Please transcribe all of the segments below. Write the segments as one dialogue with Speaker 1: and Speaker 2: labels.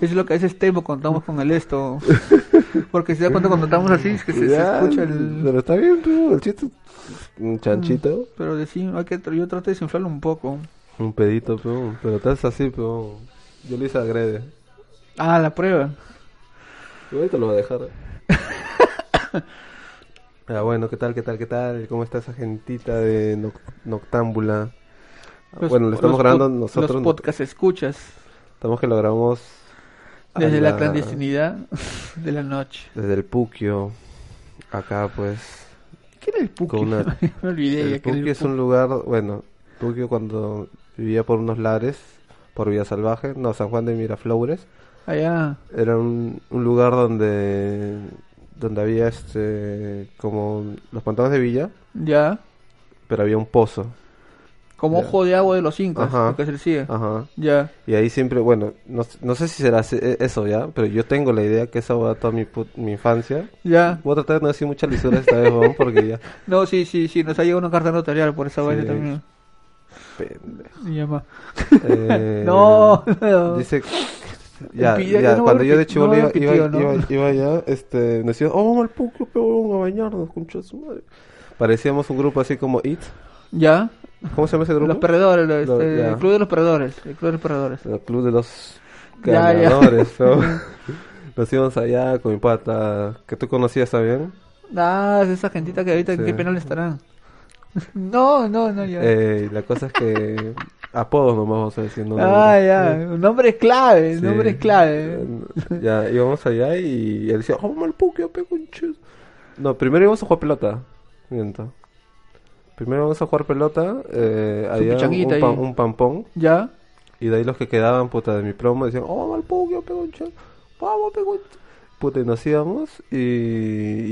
Speaker 1: Es lo que hace Esteban cuando estamos con el esto. Porque se da cuenta cuando estamos así, es que se, se
Speaker 2: Ya,
Speaker 1: escucha el.
Speaker 2: Pero está bien, pues, el chiste. Un chanchito,
Speaker 1: Pero decimos, hay que, yo trato de desinflarlo un poco.
Speaker 2: un pedito, pero, pero estás así, pero yo lo hice agrede.
Speaker 1: Ah, la prueba.
Speaker 2: Yo ahorita lo voy a dejar. ah, bueno, ¿qué tal, qué tal, qué tal? ¿Cómo está esa gentita de noc- Noctámbula? Ah,
Speaker 1: Los-
Speaker 2: bueno, lo estamos
Speaker 1: los
Speaker 2: grabando
Speaker 1: pod-
Speaker 2: nosotros.
Speaker 1: Los podcast escuchas
Speaker 2: Estamos que lo grabamos a
Speaker 1: desde la
Speaker 2: la-
Speaker 1: clandestinidad de la noche.
Speaker 2: desde el Puquio. Acá, pues.
Speaker 1: ¿Qué era el Puki?
Speaker 2: Con una-
Speaker 1: Me olvidé ya
Speaker 2: El
Speaker 1: que era
Speaker 2: Puquio es un lugar, bueno, Puquio cuando vivía por unos lares, por Vía Salvaje, no, San Juan de Miraflores.
Speaker 1: Puki. Allá.
Speaker 2: era un, un lugar donde donde había este como los pantanos de villa
Speaker 1: Ya.
Speaker 2: pero había un pozo
Speaker 1: Como
Speaker 2: Ya.
Speaker 1: ojo de agua de los incas.
Speaker 2: Ajá. Ah.
Speaker 1: Lo que se decía.
Speaker 2: ajá
Speaker 1: Ya.
Speaker 2: y ahí siempre bueno no, no sé si será ese- eso ya pero yo tengo la idea que esa va toda mi, put- mi infancia
Speaker 1: Ya.
Speaker 2: voy a tratar de no decir muchas lisuras esta vez weón, porque ya
Speaker 1: No, sí, sí, sí. Nos ha llegado una carta notarial por esa
Speaker 2: Sí.
Speaker 1: vaina también.
Speaker 2: Pende-
Speaker 1: Mi mamá.
Speaker 2: eh,
Speaker 1: No, no.
Speaker 2: dice ya,
Speaker 1: Pide-
Speaker 2: ya,
Speaker 1: no
Speaker 2: cuando yo de
Speaker 1: repit- no
Speaker 2: chivolo iba, iba,
Speaker 1: repitió, ¿no?
Speaker 2: iba- iba allá, este, nos decían, oh, vamos al pucro, pe, weón, a bañarnos, concha de su madre. Parecíamos un grupo así como IT,
Speaker 1: Ya.
Speaker 2: ¿Cómo se llama ese grupo?
Speaker 1: Los perdedores. lo-
Speaker 2: Lo-
Speaker 1: este,
Speaker 2: ya.
Speaker 1: el club de los perdedores. El club de los perdedores.
Speaker 2: El club de los
Speaker 1: Ya, ya.
Speaker 2: ganadores, ¿no? Nos íbamos allá con mi pata, que tú conocías también.
Speaker 1: Ah, es esa gentita que ahorita en
Speaker 2: Sí.
Speaker 1: qué penal estarán. No, no, no, ya.
Speaker 2: Eh, y la cosa es que apodos nomás vamos a decir. no
Speaker 1: ah,
Speaker 2: nombres.
Speaker 1: ya. Un nombre es clave.
Speaker 2: Sí.
Speaker 1: Un nombre es clave.
Speaker 2: Eh, Ya, íbamos allá y él decía, oh, mal puquio, pe, conches". No, primero íbamos a jugar pelota. Miento. Primero íbamos a jugar pelota, eh, había un,
Speaker 1: pichanguita
Speaker 2: pa-
Speaker 1: ahí.
Speaker 2: un pampón.
Speaker 1: Ya.
Speaker 2: Y de ahí los que quedaban, puta, de mi promo decían, oh, mal pugio, pegoncha, vamos, pegoncha. Puta, y nos íbamos y,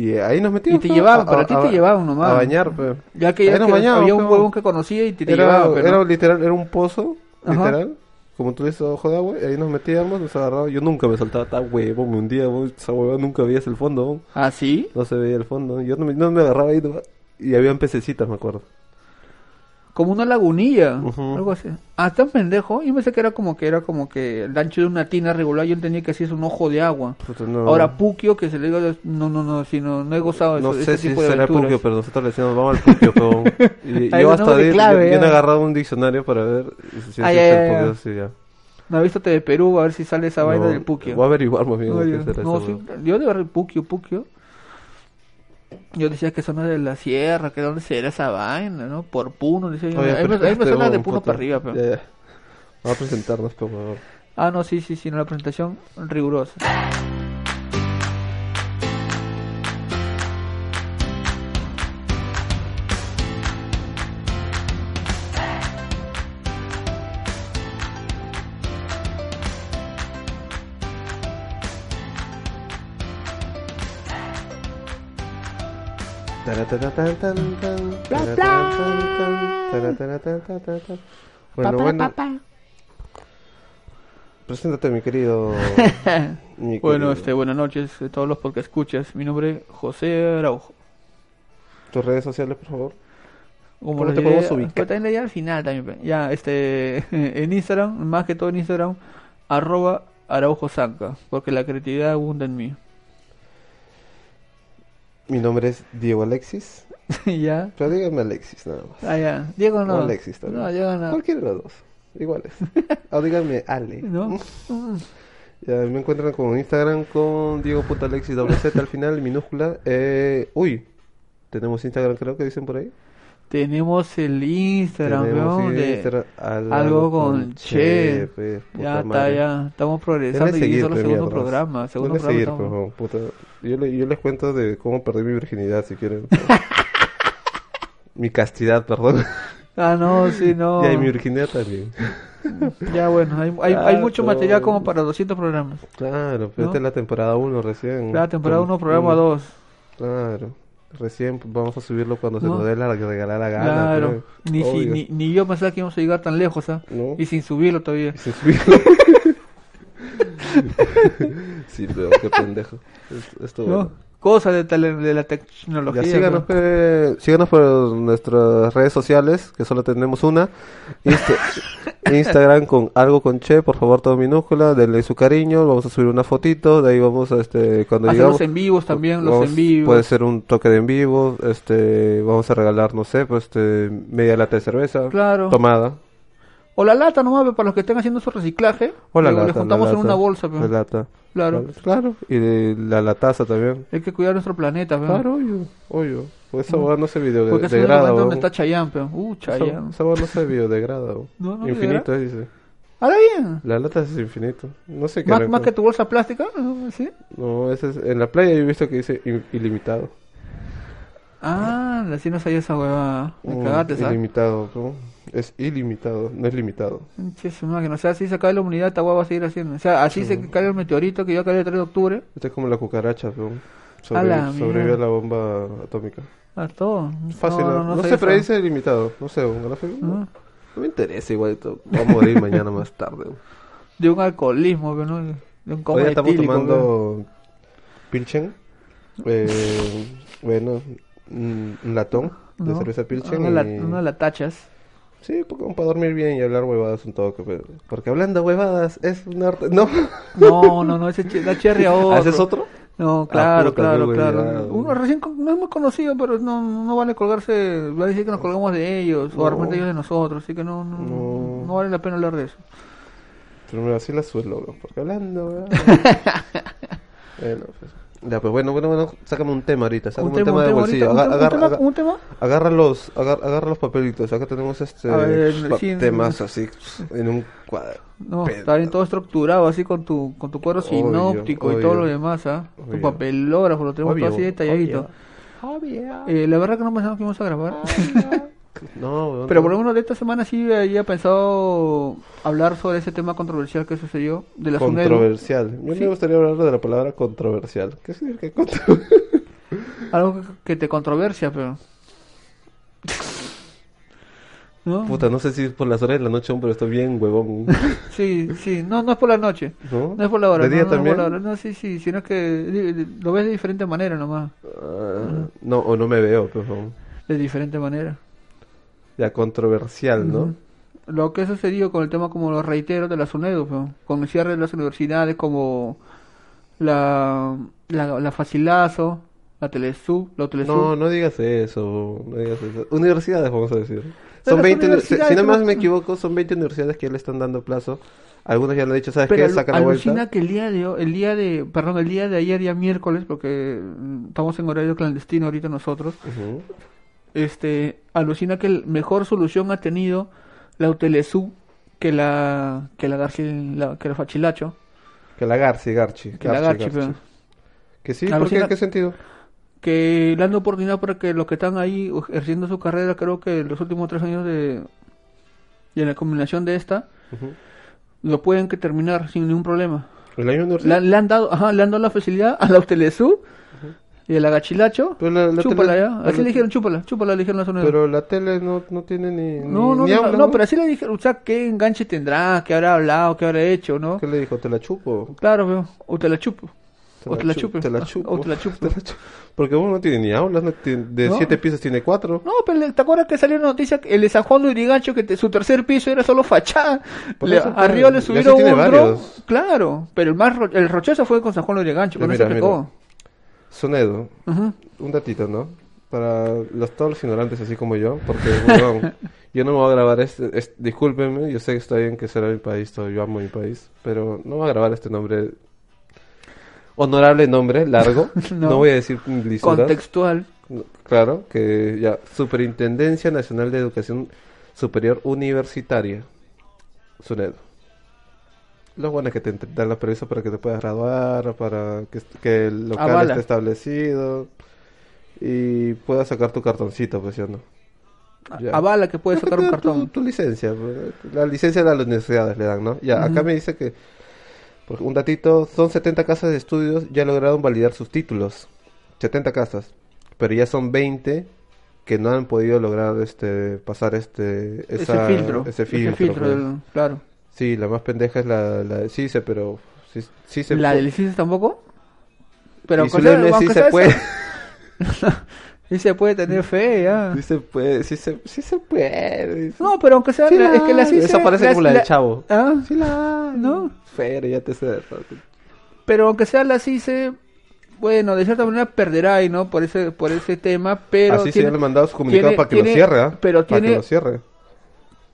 Speaker 2: y ahí nos metíamos.
Speaker 1: Y te
Speaker 2: pe,
Speaker 1: llevaban,
Speaker 2: a-
Speaker 1: pero a ti
Speaker 2: a-
Speaker 1: te llevaban nomás.
Speaker 2: A bañar, pero.
Speaker 1: Ya que, ya
Speaker 2: Ahí nos
Speaker 1: que
Speaker 2: bañábamos,
Speaker 1: había un
Speaker 2: pero-
Speaker 1: huevón que conocía y te, te
Speaker 2: Era,
Speaker 1: llevaba, pero...
Speaker 2: era literal, era un pozo,
Speaker 1: Ajá.
Speaker 2: literal. Como tú dices, ojo de agua, y ahí nos metíamos, nos agarraba. Yo nunca me saltaba tan huevo, me hundía, bo, esa hueva nunca veías el fondo, bo.
Speaker 1: ¿Ah, sí?
Speaker 2: no se veía el fondo. Yo no me, no me agarraba ahí, nomás. y habían pececitas, me acuerdo.
Speaker 1: Como una lagunilla,
Speaker 2: Ujú.
Speaker 1: algo así. Ah, tan pendejo. Yo pensé que era como que era como que el ancho de una tina regular. Yo entendía que así es un ojo de agua.
Speaker 2: Puta, no.
Speaker 1: Ahora, Puquio, que se le diga... No, no, no, si no, no he gozado de
Speaker 2: No
Speaker 1: eso-
Speaker 2: sé
Speaker 1: ese
Speaker 2: si
Speaker 1: tipo de
Speaker 2: será
Speaker 1: aventuras.
Speaker 2: Puquio, pero nosotros le decíamos, vamos al Puquio, pero... Y
Speaker 1: Ahí
Speaker 2: yo
Speaker 1: lo
Speaker 2: hasta
Speaker 1: tenemos de
Speaker 2: de, ¿eh?
Speaker 1: clave,
Speaker 2: yo, yo
Speaker 1: ya.
Speaker 2: he agarrado un diccionario para ver si
Speaker 1: Ah,
Speaker 2: existe
Speaker 1: ya,
Speaker 2: el
Speaker 1: ya,
Speaker 2: Puquio,
Speaker 1: ya.
Speaker 2: sí, ya.
Speaker 1: No he visto de Perú, a ver si sale esa vaina
Speaker 2: No,
Speaker 1: del Puquio.
Speaker 2: Voy a averiguar más bien
Speaker 1: No,
Speaker 2: qué
Speaker 1: yo,
Speaker 2: será
Speaker 1: no,
Speaker 2: eso,
Speaker 1: sí,
Speaker 2: weón.
Speaker 1: yo de verdad, Puquio, Puquio. Yo decía que zona de la sierra, que dónde será esa vaina, ¿no? Por Puno, decía yo.
Speaker 2: Oye,
Speaker 1: Ahí me-
Speaker 2: pero
Speaker 1: ahí me
Speaker 2: este,
Speaker 1: suena de
Speaker 2: weón,
Speaker 1: Puno
Speaker 2: puta.
Speaker 1: para arriba, pero.
Speaker 2: Ya, ya. Vamos a presentarnos, por favor.
Speaker 1: Ah, no, sí, sí, sí, no, la presentación rigurosa.
Speaker 2: Bueno, bueno, preséntate mi querido... mi
Speaker 1: Bueno,
Speaker 2: querido.
Speaker 1: este, buenas noches a todos los que escuchas. Mi nombre es José Araujo.
Speaker 2: Tus redes sociales, por favor.
Speaker 1: Como
Speaker 2: ¿Cómo
Speaker 1: lo
Speaker 2: te
Speaker 1: diré,
Speaker 2: podemos ubicar?
Speaker 1: pero también le diré al final también. pe. Ya, este, en Instagram, más que todo en Instagram, arroba Araujo Zanca, porque la creatividad abunda en mí.
Speaker 2: Mi nombre es Diego Alexis.
Speaker 1: ya,
Speaker 2: Pero dígame Alexis, nada más.
Speaker 1: ah, ya. Diego no.
Speaker 2: O Alexis también.
Speaker 1: No, Diego no.
Speaker 2: Cualquiera de los dos. Iguales. o díganme Ale.
Speaker 1: ¿No? Mm.
Speaker 2: Ya, me encuentran con Instagram con Diego Puta Alexis doble Z al final, minúscula. Eh, uy, tenemos Instagram, creo que dicen por ahí.
Speaker 1: Tenemos el Instagram,
Speaker 2: tenemos
Speaker 1: weón, de-
Speaker 2: Instagram, al-
Speaker 1: algo con Che.
Speaker 2: pues, puta
Speaker 1: Ya está,
Speaker 2: madre.
Speaker 1: ya. Estamos
Speaker 2: Denle
Speaker 1: progresando y
Speaker 2: seguir,
Speaker 1: solo
Speaker 2: pe,
Speaker 1: segundo
Speaker 2: mierdas.
Speaker 1: programa. Segundo
Speaker 2: Denle
Speaker 1: programa
Speaker 2: seguir,
Speaker 1: estamos-
Speaker 2: pe, puta. Yo, le- yo les cuento de cómo perdí mi virginidad, si quieren. mi castidad, perdón.
Speaker 1: Ah, no, sí, no.
Speaker 2: Y ahí mi Virginia también.
Speaker 1: Ya, bueno, hay, hay, hay mucho
Speaker 2: Harto.
Speaker 1: material como para 200 programas.
Speaker 2: Claro, pero
Speaker 1: ¿No?
Speaker 2: esta es la temporada 1 recién.
Speaker 1: La temporada
Speaker 2: Con-
Speaker 1: 1, programa
Speaker 2: Mm,
Speaker 1: 2.
Speaker 2: Claro. Recién vamos a subirlo cuando se
Speaker 1: ¿No?
Speaker 2: nos dé la regalar la gana.
Speaker 1: Claro.
Speaker 2: pero-
Speaker 1: Ni, si-
Speaker 2: obvio.
Speaker 1: ni, ni yo pensaba que íbamos a llegar tan lejos, ¿ah?
Speaker 2: ¿No?
Speaker 1: Y sin subirlo todavía.
Speaker 2: Sin subirlo. sí, pero qué pendejo. Esto, esto
Speaker 1: ¿No?
Speaker 2: bueno.
Speaker 1: Cosas de, tele- de la
Speaker 2: Ya,
Speaker 1: tecnología.
Speaker 2: síganos,
Speaker 1: ¿no?
Speaker 2: pe- síganos por nuestras redes sociales, que solo tenemos una. Insta- Instagram con algo con che, por favor, todo minúscula. Denle su cariño, vamos a subir una fotito. De ahí vamos a este, cuando
Speaker 1: Hacer
Speaker 2: llegamos.
Speaker 1: los en vivos también, los
Speaker 2: vamos-
Speaker 1: en vivos.
Speaker 2: Puede ser un toque de en vivo. Este, vamos a regalar, no sé, pues, este, media lata de cerveza.
Speaker 1: Claro.
Speaker 2: Tomada.
Speaker 1: O la lata nomás, pe, para los que estén haciendo su reciclaje.
Speaker 2: O la
Speaker 1: Luego
Speaker 2: lata.
Speaker 1: le juntamos
Speaker 2: la
Speaker 1: en una
Speaker 2: lata,
Speaker 1: bolsa, pe.
Speaker 2: La lata.
Speaker 1: Claro.
Speaker 2: Claro. Y de la lataza también.
Speaker 1: Hay que cuidar nuestro planeta, pe.
Speaker 2: Claro, obvio, obvio. Pues esa hueá no se video
Speaker 1: Ah. Porque es el
Speaker 2: degrada,
Speaker 1: momento donde está
Speaker 2: weón.
Speaker 1: Chayanne, pe. Uh,
Speaker 2: Esa
Speaker 1: Chayanne.
Speaker 2: esa hueá no se biodegrada, weón.
Speaker 1: No, no
Speaker 2: Infinito, dice.
Speaker 1: Ahora bien.
Speaker 2: La lata es infinito. No sé qué.
Speaker 1: Más,
Speaker 2: era,
Speaker 1: más
Speaker 2: ¿no?
Speaker 1: que tu bolsa plástica, ¿no? ¿sí?
Speaker 2: No, ese es... en la playa yo he visto que dice in- ilimitado.
Speaker 1: Ah, así no sabía esa huevada. Me
Speaker 2: Mm,
Speaker 1: cagaste, ¿sabes?
Speaker 2: Ilimitado, ¿no? Es ilimitado, no es limitado.
Speaker 1: Pinche su madre, o sea, así se cae la humanidad, esta hueá va a seguir haciendo. O sea, así se cae el meteorito que iba a caer el 3 de octubre.
Speaker 2: Esta Este es como la cucaracha, weón.
Speaker 1: A la
Speaker 2: Sobrevi- sobrevive a
Speaker 1: mierda.
Speaker 2: la bomba atómica.
Speaker 1: A todo.
Speaker 2: Fácil, ¿no? No,
Speaker 1: sabía
Speaker 2: sé, pero ahí
Speaker 1: esa-
Speaker 2: dice ilimitado. No sé, weón, a la fe-
Speaker 1: ¿no?
Speaker 2: No me interesa, igual. to- Va a morir mañana más tarde, weón.
Speaker 1: De un alcoholismo, pero no. De un coma
Speaker 2: Hoy estamos
Speaker 1: etílico, pero-
Speaker 2: tomando Pilchen. eh, bueno, un un latón de
Speaker 1: ¿no?
Speaker 2: cerveza Pilchen.
Speaker 1: Una, la-
Speaker 2: y-
Speaker 1: una de las tachas.
Speaker 2: Sí, porque para dormir bien y hablar huevadas un toque. pero- Porque hablando huevadas es un arte. No,
Speaker 1: No, no, no, ese che- da cherry a otro.
Speaker 2: ¿haces otro?
Speaker 1: No, claro,
Speaker 2: ah, puta,
Speaker 1: claro,
Speaker 2: qué
Speaker 1: claro.
Speaker 2: huevada.
Speaker 1: Uno recién con- no es muy conocido, pero no, no vale colgarse. Va a decir que nos colgamos de ellos, o de
Speaker 2: No.
Speaker 1: repente ellos de nosotros, así que no, no,
Speaker 2: No.
Speaker 1: no vale la pena hablar de eso.
Speaker 2: Pero me vacila su eslogan. Porque hablando huevadas. bueno, pues. Ya, pues bueno, bueno, bueno. Sácame un tema ahorita. Sácame un tema, de bolsillo.
Speaker 1: ahorita,
Speaker 2: Aga-
Speaker 1: un
Speaker 2: agarra-
Speaker 1: tema-
Speaker 2: aga-
Speaker 1: un tema.
Speaker 2: Agarra los, agar- agarra los papelitos. Acá tenemos este
Speaker 1: A ver,
Speaker 2: pa-
Speaker 1: sí,
Speaker 2: temas así en un cuadro.
Speaker 1: No,
Speaker 2: Pero-
Speaker 1: está bien todo estructurado, así con tu, con tu cuadro
Speaker 2: Obvio,
Speaker 1: sinóptico y todo
Speaker 2: obvio.
Speaker 1: lo demás, ¿ah? Tu
Speaker 2: Obvio.
Speaker 1: papelógrafo, lo tenemos
Speaker 2: Obvio,
Speaker 1: todo así detalladito. Eh, la verdad que no pensamos que íbamos a grabar,
Speaker 2: No, weón,
Speaker 1: pero
Speaker 2: no.
Speaker 1: por lo menos de esta semana sí había pensado hablar sobre ese tema controversial que sucedió de la SUNEDU.
Speaker 2: Controversial. Yo
Speaker 1: Sí.
Speaker 2: me gustaría hablar de la palabra controversial. ¿Qué significa controversial?
Speaker 1: Algo que, que te controversia, pero... ¿No?
Speaker 2: Puta, no sé si es por las horas de la noche, aún, pero estoy bien huevón.
Speaker 1: Sí, sí, no, no es por la noche.
Speaker 2: ¿No?
Speaker 1: No es por la hora,
Speaker 2: ¿De
Speaker 1: no,
Speaker 2: día
Speaker 1: no,
Speaker 2: también?
Speaker 1: no es por la hora, no, sí, sí, sino que di- di- lo ves de diferente manera nomás,
Speaker 2: Ah, no, o no me veo, por favor.
Speaker 1: de diferente manera.
Speaker 2: Ya, controversial, ¿no?
Speaker 1: Lo que ha sucedido con el tema, como lo reitero, de la SUNEDU, pe, con el cierre de las universidades, como la, la, la Facilazo, la Telesub, la Telesub.
Speaker 2: No, no digas eso, no digas eso. Universidades, vamos a decir.
Speaker 1: Pero
Speaker 2: Son 20, uni- si,
Speaker 1: universidades,
Speaker 2: si no más
Speaker 1: ¿no?
Speaker 2: me equivoco, son 20 universidades que ya le están dando plazo. Algunos ya lo han dicho, ¿sabes
Speaker 1: Pero
Speaker 2: qué?
Speaker 1: alu-
Speaker 2: Saca la
Speaker 1: alucina
Speaker 2: vuelta.
Speaker 1: que el día de ho- el día de perdón el día de ayer día miércoles porque mm, estamos en horario clandestino ahorita nosotros
Speaker 2: Ujú.
Speaker 1: este alucina que el mejor solución ha tenido la Utelesub que la que la Garci- la- que la Fachilacho
Speaker 2: Que la Garci, Garchi.
Speaker 1: que la
Speaker 2: Garci,
Speaker 1: Garchi
Speaker 2: Garchi.
Speaker 1: pe.
Speaker 2: Que sí, ¿por qué?
Speaker 1: Alucina-
Speaker 2: ¿En qué sentido?
Speaker 1: que le dan oportunidad para que los que están ahí u- ejerciendo su carrera, creo que en los últimos tres años de, de la combinación de esta,
Speaker 2: Ujú.
Speaker 1: lo pueden que terminar sin ningún problema.
Speaker 2: ¿En la misma
Speaker 1: Le,
Speaker 2: universidad?
Speaker 1: han- le han dado, ajá, le han dado la facilidad a la Utelesú y a la Gachilacho.
Speaker 2: Pero la, la
Speaker 1: chúpala
Speaker 2: tele-
Speaker 1: ya. Así
Speaker 2: pero-
Speaker 1: le dijeron, chúpala, chúpala, le dijeron la zona.
Speaker 2: Pero la tele no, no tiene ni, ni,
Speaker 1: no, no,
Speaker 2: ni
Speaker 1: no,
Speaker 2: habla,
Speaker 1: no, pero así le dijeron, o sea, qué enganche tendrá, qué habrá hablado, qué habrá hecho, ¿no?
Speaker 2: ¿Qué le dijo? ¿Te la chupo?
Speaker 1: Claro, veo, o te la chupo. O te la
Speaker 2: chu-
Speaker 1: chupo.
Speaker 2: Te la
Speaker 1: Ah,
Speaker 2: chupo.
Speaker 1: o te la chupo.
Speaker 2: Te la chu- Porque uno no tiene ni aulas, no tiene- de
Speaker 1: No.
Speaker 2: siete pisos tiene cuatro.
Speaker 1: No, pero le- ¿te acuerdas que salió la noticia que el de San Juan de Urigancho que te- su tercer piso era solo fachada?
Speaker 2: Por
Speaker 1: Le-
Speaker 2: eso,
Speaker 1: a Río
Speaker 2: pero-
Speaker 1: le
Speaker 2: y
Speaker 1: subieron
Speaker 2: así
Speaker 1: un
Speaker 2: tiene
Speaker 1: dron.
Speaker 2: varios.
Speaker 1: Claro, pero el más ro- el rochoso fue con San Juan de Urigancho,
Speaker 2: Ya,
Speaker 1: con
Speaker 2: mira,
Speaker 1: eso
Speaker 2: mira.
Speaker 1: pecó.
Speaker 2: Sonedo,
Speaker 1: Ujú.
Speaker 2: un datito, ¿no? Para los, todos los ignorantes así como yo, porque, weón, yo no me voy a grabar este, es- discúlpenme, yo sé que está bien que será mi país, todo, yo amo mi país, pero no voy a grabar este nombre, honorable nombre, largo,
Speaker 1: No.
Speaker 2: no. voy a decir lisuras.
Speaker 1: Contextual.
Speaker 2: No, Claro, que ya, Superintendencia Nacional de Educación Superior Universitaria, SUNED. Los buenos que te entre- dan la permiso para que te puedas graduar, para que, est- que el local
Speaker 1: Avala.
Speaker 2: esté establecido y puedas sacar tu cartoncito, pues ya no. Ya.
Speaker 1: avala que puedes sacar un
Speaker 2: Pero tu-
Speaker 1: cartón.
Speaker 2: Tu, licencia, pues, la licencia de las universidades le dan, ¿no? Ya, acá me dice que, por un datito, son 70 casas de estudios, ya lograron validar sus títulos. 70 casas. Pero ya son 20 que no han podido lograr este pasar este esa-
Speaker 1: ese filtro.
Speaker 2: ese filtro, pues.
Speaker 1: del- claro.
Speaker 2: Sí, la más pendeja es la, la de CICE, pero sí, sí se
Speaker 1: ¿La
Speaker 2: pu-
Speaker 1: del ICIS tampoco? Pero
Speaker 2: y
Speaker 1: aunque
Speaker 2: su
Speaker 1: sea-
Speaker 2: lema es,
Speaker 1: aunque
Speaker 2: sí
Speaker 1: sea
Speaker 2: se
Speaker 1: esa-
Speaker 2: puede,
Speaker 1: sí se puede tener fe, ya.
Speaker 2: sí se puede, sí se, sí se puede.
Speaker 1: No, pero aunque sea...
Speaker 2: Sí
Speaker 1: la- es que la
Speaker 2: hay.
Speaker 1: CICE-
Speaker 2: Esa parece como la del Chavo.
Speaker 1: ¿Ah?
Speaker 2: Sí la hay.
Speaker 1: ¿No?
Speaker 2: Pero ya te sé.
Speaker 1: Pero aunque sea la CICE, bueno, de cierta manera perderá ahí, ¿no? Por ese, por ese tema, pero
Speaker 2: Así se
Speaker 1: tiene,
Speaker 2: han mandado su comunicado
Speaker 1: tiene-
Speaker 2: para que lo
Speaker 1: tiene-
Speaker 2: cierre, ¿ah?
Speaker 1: pero
Speaker 2: Para que
Speaker 1: tiene- Ah,
Speaker 2: lo cierre.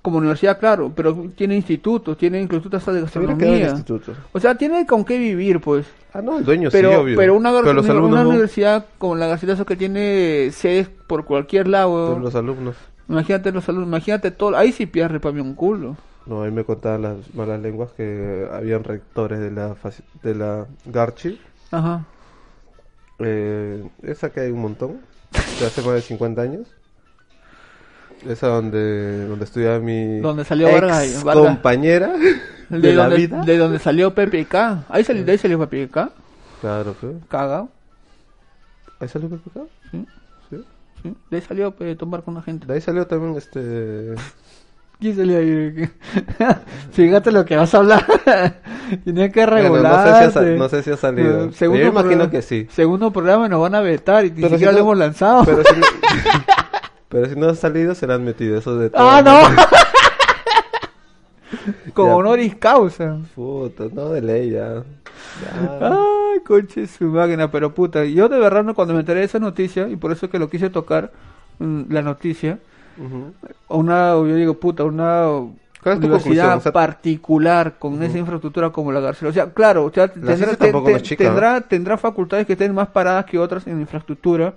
Speaker 1: como universidad, claro, pero tiene institutos, tiene incluso hasta de
Speaker 2: Se hubiera quedado en el
Speaker 1: gastronomía.
Speaker 2: instituto.
Speaker 1: O sea, tiene con qué vivir, pues.
Speaker 2: Ah, no, el dueño
Speaker 1: Pero,
Speaker 2: sí, obvio.
Speaker 1: pero una,
Speaker 2: pero los
Speaker 1: una-
Speaker 2: alumnos
Speaker 1: una
Speaker 2: no.
Speaker 1: universidad con la Garcilaso que tiene sedes por cualquier lado,
Speaker 2: Pero los alumnos.
Speaker 1: imagínate los alumnos, imagínate todo, ahí sí pierde para mí un culo.
Speaker 2: No, ahí me contaban las malas lenguas que habían rectores de la, faci- de la Garchi.
Speaker 1: Ajá.
Speaker 2: Eh, esa que hay un montón, de hace más de 50 años. Esa donde, donde estudiaba mi
Speaker 1: Donde salió Vargas,
Speaker 2: ex
Speaker 1: Vargas.
Speaker 2: compañera de,
Speaker 1: De,
Speaker 2: la
Speaker 1: donde,
Speaker 2: vida.
Speaker 1: de donde salió Pepe K. Ahí salió, de ahí salió Pepe K.
Speaker 2: Claro, pues.
Speaker 1: Caga.
Speaker 2: ¿Ahí salió Pepe K?
Speaker 1: Sí,
Speaker 2: Sí.
Speaker 1: sí. De ahí salió pues, tomar con la gente.
Speaker 2: De ahí salió también este...
Speaker 1: ¿Quién salió ahí? Fíjate lo que vas a hablar. Tienes que
Speaker 2: Bueno,
Speaker 1: regular.
Speaker 2: no, sé si ha, sa- no sé si ha salido. Yo me imagino que sí.
Speaker 1: Segundo programa y nos van a vetar y ni
Speaker 2: Pero si
Speaker 1: siquiera
Speaker 2: no-
Speaker 1: lo hemos lanzado.
Speaker 2: Pero si, no, pero si no ha salido, se la han metido. Eso de
Speaker 1: ¡Ah,
Speaker 2: todo.
Speaker 1: no! Como
Speaker 2: Ya.
Speaker 1: honoris causa.
Speaker 2: Puta, no de ley ya. Ya.
Speaker 1: Ay, conche su máquina, pero puta. Yo de verdad no- cuando me enteré de esa noticia, y por eso es que lo quise tocar, mm, la noticia,
Speaker 2: Ujú.
Speaker 1: una, yo digo, puta, una
Speaker 2: ¿Cuál es tu
Speaker 1: universidad
Speaker 2: conclusión? O sea,
Speaker 1: particular con esa infraestructura como la García. O sea, claro, o sea, tendrá,
Speaker 2: CICE tampoco
Speaker 1: te-
Speaker 2: no es
Speaker 1: te-
Speaker 2: chica,
Speaker 1: tendrá, tendrá facultades que estén más paradas que otras en infraestructura,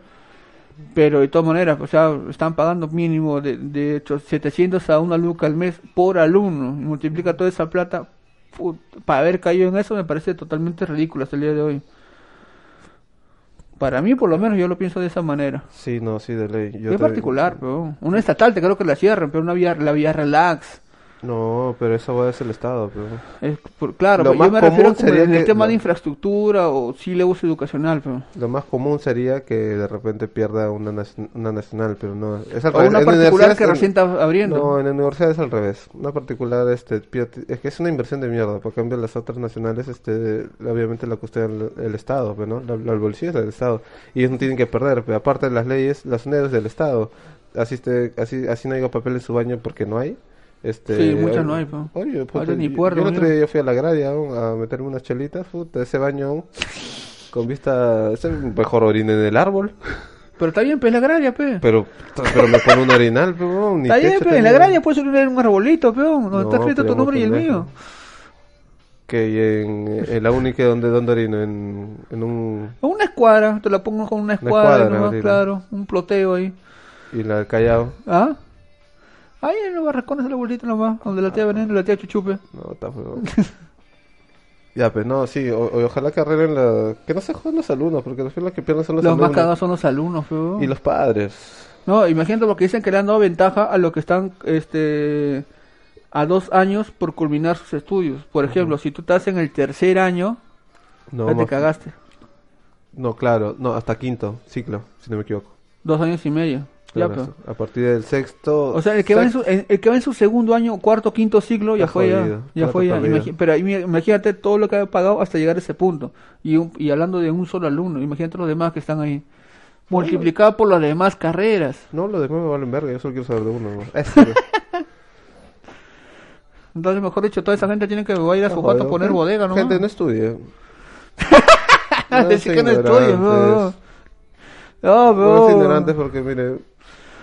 Speaker 1: pero de todas maneras, o sea, están pagando mínimo de, de hecho, 700 a una luca al mes por alumno. Y multiplica toda esa plata. put- para haber caído en eso me parece totalmente ridículo hasta el día de hoy. Para mí, por lo menos, yo lo pienso de esa manera.
Speaker 2: Sí, no, sí, de ley. Yo
Speaker 1: Es
Speaker 2: también-
Speaker 1: particular, pero una estatal, te creo que la cierran, pero una vía, la vía relax.
Speaker 2: No, pero esa va es el Estado, pero...
Speaker 1: Es por- claro,
Speaker 2: Lo
Speaker 1: pero
Speaker 2: más
Speaker 1: yo me refiero
Speaker 2: común
Speaker 1: como
Speaker 2: sería
Speaker 1: en el
Speaker 2: que-
Speaker 1: tema
Speaker 2: no.
Speaker 1: de infraestructura o sílabus educacional, pero.
Speaker 2: Lo más común sería que de repente pierda una, naci- una nacional, pero no. Es al
Speaker 1: O una
Speaker 2: En
Speaker 1: particular
Speaker 2: universidades-
Speaker 1: que recién está abriendo.
Speaker 2: No, en la universidad es al revés. Una particular, este, pierde- es que es una inversión de mierda. Por cambio, las otras nacionales, este, obviamente la custodia el, el Estado, pues, ¿no? La, la- el bolsillo es del Estado. Y ellos no tienen que perder. Pero aparte de las leyes, las unidades del Estado. Así, este, así, así no haya papel en su baño porque no hay. Este,
Speaker 1: Sí, muchas
Speaker 2: oye-
Speaker 1: no hay, po.
Speaker 2: Oye, puta,
Speaker 1: Ahora ni
Speaker 2: yo-
Speaker 1: puerro,
Speaker 2: yo el otro
Speaker 1: ¿no?
Speaker 2: día yo fui a la gradia aún, a meterme unas chelitas, puta, ese baño aún, con vista, ese mejor orina en el árbol.
Speaker 1: Pero está bien, pues la agraria, pues.
Speaker 2: Pero, pero me pone un orinal, pero ni
Speaker 1: Está bien,
Speaker 2: techo
Speaker 1: pues en la
Speaker 2: tenía.
Speaker 1: agraria puedes tener un arbolito, peón, donde está
Speaker 2: No,
Speaker 1: escrito tu
Speaker 2: pero
Speaker 1: nombre y el
Speaker 2: pendejo.
Speaker 1: mío.
Speaker 2: Que y en, en la única donde donde orino, en, en un
Speaker 1: O una escuadra, te la pongo con una escuadra,
Speaker 2: escuadra,
Speaker 1: nomás,
Speaker 2: Gabriela.
Speaker 1: claro, un ploteo ahí.
Speaker 2: y la del Callao.
Speaker 1: ¿Ah? Ahí en los barracones el arbolito nomás, donde
Speaker 2: Ah.
Speaker 1: la tía Veneno y la tía Chuchupe.
Speaker 2: No, está feo. Ya, pues no, sí, o- o- ojalá que arreglen la... Que no se jodan los alumnos, porque al final los que pierden son los,
Speaker 1: Los más
Speaker 2: alumnos.
Speaker 1: cagados son los alumnos, peón.
Speaker 2: Y los padres.
Speaker 1: No, imagínate porque dicen que le han dado ventaja a los que están este a dos años por culminar sus estudios. Por ejemplo, si tú estás en el tercer año,
Speaker 2: No,
Speaker 1: ya te
Speaker 2: más-
Speaker 1: cagaste.
Speaker 2: no, claro, no, hasta quinto ciclo, si no me equivoco.
Speaker 1: Dos años y medio. Ya,
Speaker 2: Claro,
Speaker 1: pero-
Speaker 2: hasta- A partir del sexto...
Speaker 1: O sea, el que, va en su, el, el que va en su segundo año, cuarto, quinto ciclo, ya
Speaker 2: Está
Speaker 1: fue
Speaker 2: jodido,
Speaker 1: ya. Ya
Speaker 2: plata
Speaker 1: fue ya.
Speaker 2: perdida.
Speaker 1: Imagi- pero ahí mira, imagínate todo lo que ha pagado hasta llegar a ese punto. Y, un- y hablando de un solo alumno, imagínate los demás que están ahí. Multiplicado por las demás carreras.
Speaker 2: No, lo demás me valen verga, yo solo quiero saber de uno. ¿no? Eso, ¿no?
Speaker 1: Entonces, mejor dicho, toda esa gente tiene que va a ir a su
Speaker 2: Ah,
Speaker 1: cuarto a
Speaker 2: joder,
Speaker 1: poner
Speaker 2: gente-
Speaker 1: bodega, ¿no?
Speaker 2: Gente, no estudie.
Speaker 1: Ah, decir que no estudian, no,
Speaker 2: ignorantes.
Speaker 1: no. No,
Speaker 2: No es
Speaker 1: bro.
Speaker 2: ignorantes porque, mire,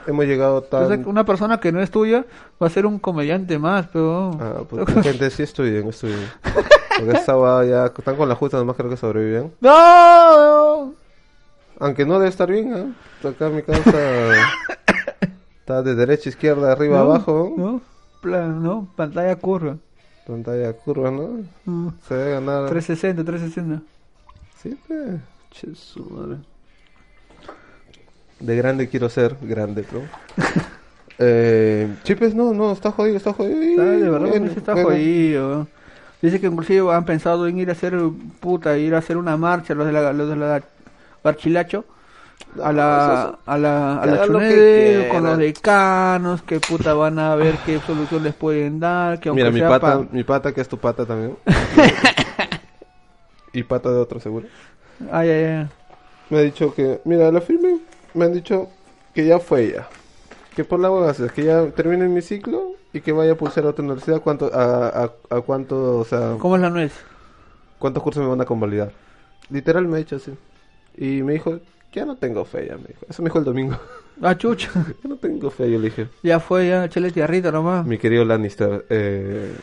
Speaker 2: hemos llegado
Speaker 1: Entonces,
Speaker 2: tan...
Speaker 1: una persona que no estudia va a ser un comediante más, pero...
Speaker 2: Ah, pues, gente, sí estudien, estudien. Porque esa va ya... Están con la justa, nomás creo que sobreviven.
Speaker 1: ¡No!
Speaker 2: Aunque no debe estar bien, ¿eh? Acá mi causa... Está de derecha, izquierda, arriba,
Speaker 1: No,
Speaker 2: abajo. ¿no?
Speaker 1: No, plan, no, pantalla curva.
Speaker 2: Pantalla curva, ¿no?
Speaker 1: Mm.
Speaker 2: Se debe ganar...
Speaker 1: 360, 360.
Speaker 2: Sí, pe. Che, su madre. De grande quiero ser grande, ¿no? Eh, Chipes, no, no, está jodido, está jodido.
Speaker 1: Está, de verdad,
Speaker 2: Bueno,
Speaker 1: eso está
Speaker 2: bueno.
Speaker 1: jodido. Dice que inclusive han pensado en ir a hacer, puta, ir a hacer una marcha, los de la, los de la Barchilacho, a la,
Speaker 2: Ah, Eso- eso-
Speaker 1: a la, a
Speaker 2: que
Speaker 1: la
Speaker 2: hagan lo que
Speaker 1: Chunede, con
Speaker 2: quieran.
Speaker 1: los decanos, que puta van a ver qué solución les pueden dar, que aunque
Speaker 2: Mira, mi
Speaker 1: sea
Speaker 2: pata,
Speaker 1: pa-
Speaker 2: mi pata que es tu pata también. y pata de otro seguro.
Speaker 1: Ay, ay, ay.
Speaker 2: Me ha dicho que, mira, la firme me han dicho que ya fue ya. Que por la hueá, que ya termine mi ciclo y que vaya a pulsar a otra universidad. ¿Cuánto, a, a, a cuánto, o sea,
Speaker 1: ¿Cómo es la nuez?
Speaker 2: cuántos cursos me van a convalidar? Literal me ha dicho así. Y me dijo, ya no tengo fe ya, me dijo. Eso me dijo el domingo.
Speaker 1: Ah, chucha.
Speaker 2: ya no tengo fe, yo le dije.
Speaker 1: Ya fue, ya, chale tierrita nomás.
Speaker 2: Mi querido Lannister, eh,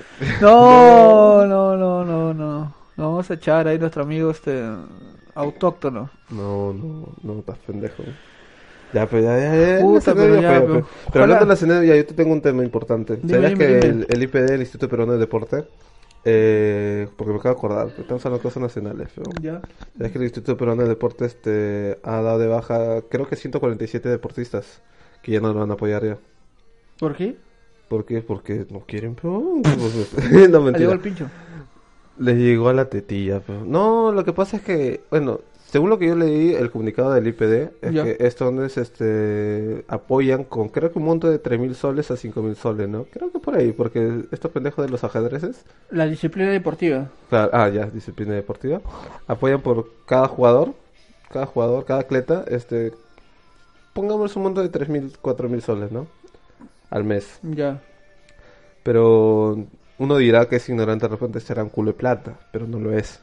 Speaker 1: No, no, no, no, no. Nos vamos a echar ahí nuestro amigo este autóctono.
Speaker 2: No, no, no, estás pendejo. Ya, pero ya, ya, ya.
Speaker 1: Puta,
Speaker 2: no sé,
Speaker 1: pero ya,
Speaker 2: pero,
Speaker 1: pero-
Speaker 2: pero- pero hablando de
Speaker 1: Ojalá.
Speaker 2: la CNE, ya, yo te tengo un tema importante.
Speaker 1: Dime,
Speaker 2: ¿Sabías
Speaker 1: dime,
Speaker 2: que
Speaker 1: dime.
Speaker 2: El, el IPD, el Instituto Peruano de Deporte, eh, porque me acabo de acordar, pero estamos hablando de cosas nacionales, pero-
Speaker 1: Ya.
Speaker 2: ¿Sabías que el Instituto Peruano de Deporte este, ha dado de baja, creo que 147 deportistas, que ya no lo van a apoyar ya?
Speaker 1: ¿Por qué?
Speaker 2: ¿Por qué? Porque no quieren, pero... no,
Speaker 1: Al igual
Speaker 2: mentira.
Speaker 1: el pincho.
Speaker 2: Les llegó a la tetilla, pero... No, lo que pasa es que, bueno, según lo que yo leí, el comunicado del IPD es
Speaker 1: Ya.
Speaker 2: que estos este, apoyan con, creo que un monto de 3.000 soles a 5.000 soles, ¿no? Creo que por ahí, porque estos pendejos de los ajedrezes,
Speaker 1: La disciplina deportiva.
Speaker 2: claro, ah, ya, disciplina deportiva, apoyan por cada jugador, cada jugador, cada atleta, este, pongamos un monto de 3.000, 4.000 soles, ¿no? Al mes.
Speaker 1: Ya.
Speaker 2: Pero uno dirá que es ignorante, de repente será un culo de plata, pero no lo es.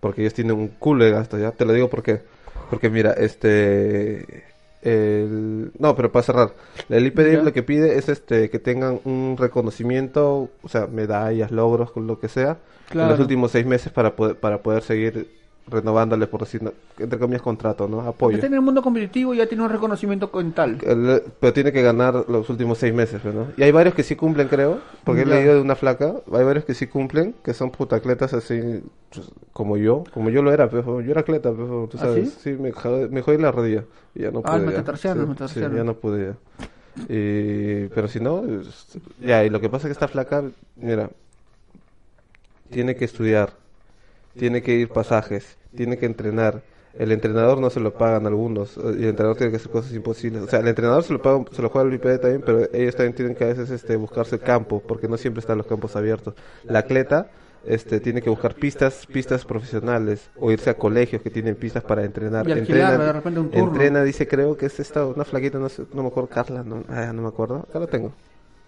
Speaker 2: Porque ellos tienen un culo de gasto, ¿ya? Te lo digo porque, porque mira, este... El... No, pero para cerrar, el IPD
Speaker 1: Ya.
Speaker 2: lo que pide es este que tengan un reconocimiento, o sea, medallas, logros, con lo que sea, en los
Speaker 1: Claro.
Speaker 2: últimos seis meses para poder, para poder seguir renovándoles, por decir, no- entre comillas, contrato, ¿no? Apoyo.
Speaker 1: Está en el mundo competitivo ya tiene un reconocimiento con tal.
Speaker 2: El- pero tiene que ganar los últimos seis meses, pues, ¿no? Y hay varios que sí cumplen, creo, porque
Speaker 1: Ya.
Speaker 2: he leído de una flaca, hay varios que sí cumplen, que son putacletas así, pues, como yo, como yo lo era, pues, yo era atleta, pues, tú
Speaker 1: ¿Ah,
Speaker 2: sabes,
Speaker 1: sí?
Speaker 2: sí, me, jode- me jodí la rodilla, y ya no
Speaker 1: Ah,
Speaker 2: pude.
Speaker 1: el
Speaker 2: ya.
Speaker 1: metatarsiano,
Speaker 2: Sí,
Speaker 1: el metatarsiano.
Speaker 2: sí, ya no pude ya. Y- pero si no, es- ya, y lo que pasa es que esta flaca, mira, tiene que estudiar, tiene que ir pasajes, tiene que entrenar. El entrenador no se lo pagan algunos, eh, y el entrenador tiene que hacer cosas imposibles. O sea, el entrenador se lo paga, se lo juega el IPD también, pero ellos también tienen que a veces este, buscarse campo, porque no siempre están los campos abiertos. La atleta este, tiene que buscar pistas, pistas profesionales, o irse a colegios que tienen pistas para entrenar.
Speaker 1: Y alquilar
Speaker 2: Entrena-
Speaker 1: de repente un turno.
Speaker 2: Entrena, dice, creo que es esta, una flaquita, no, sé, no me acuerdo, Carla, no, ah, no me acuerdo. Acá la tengo.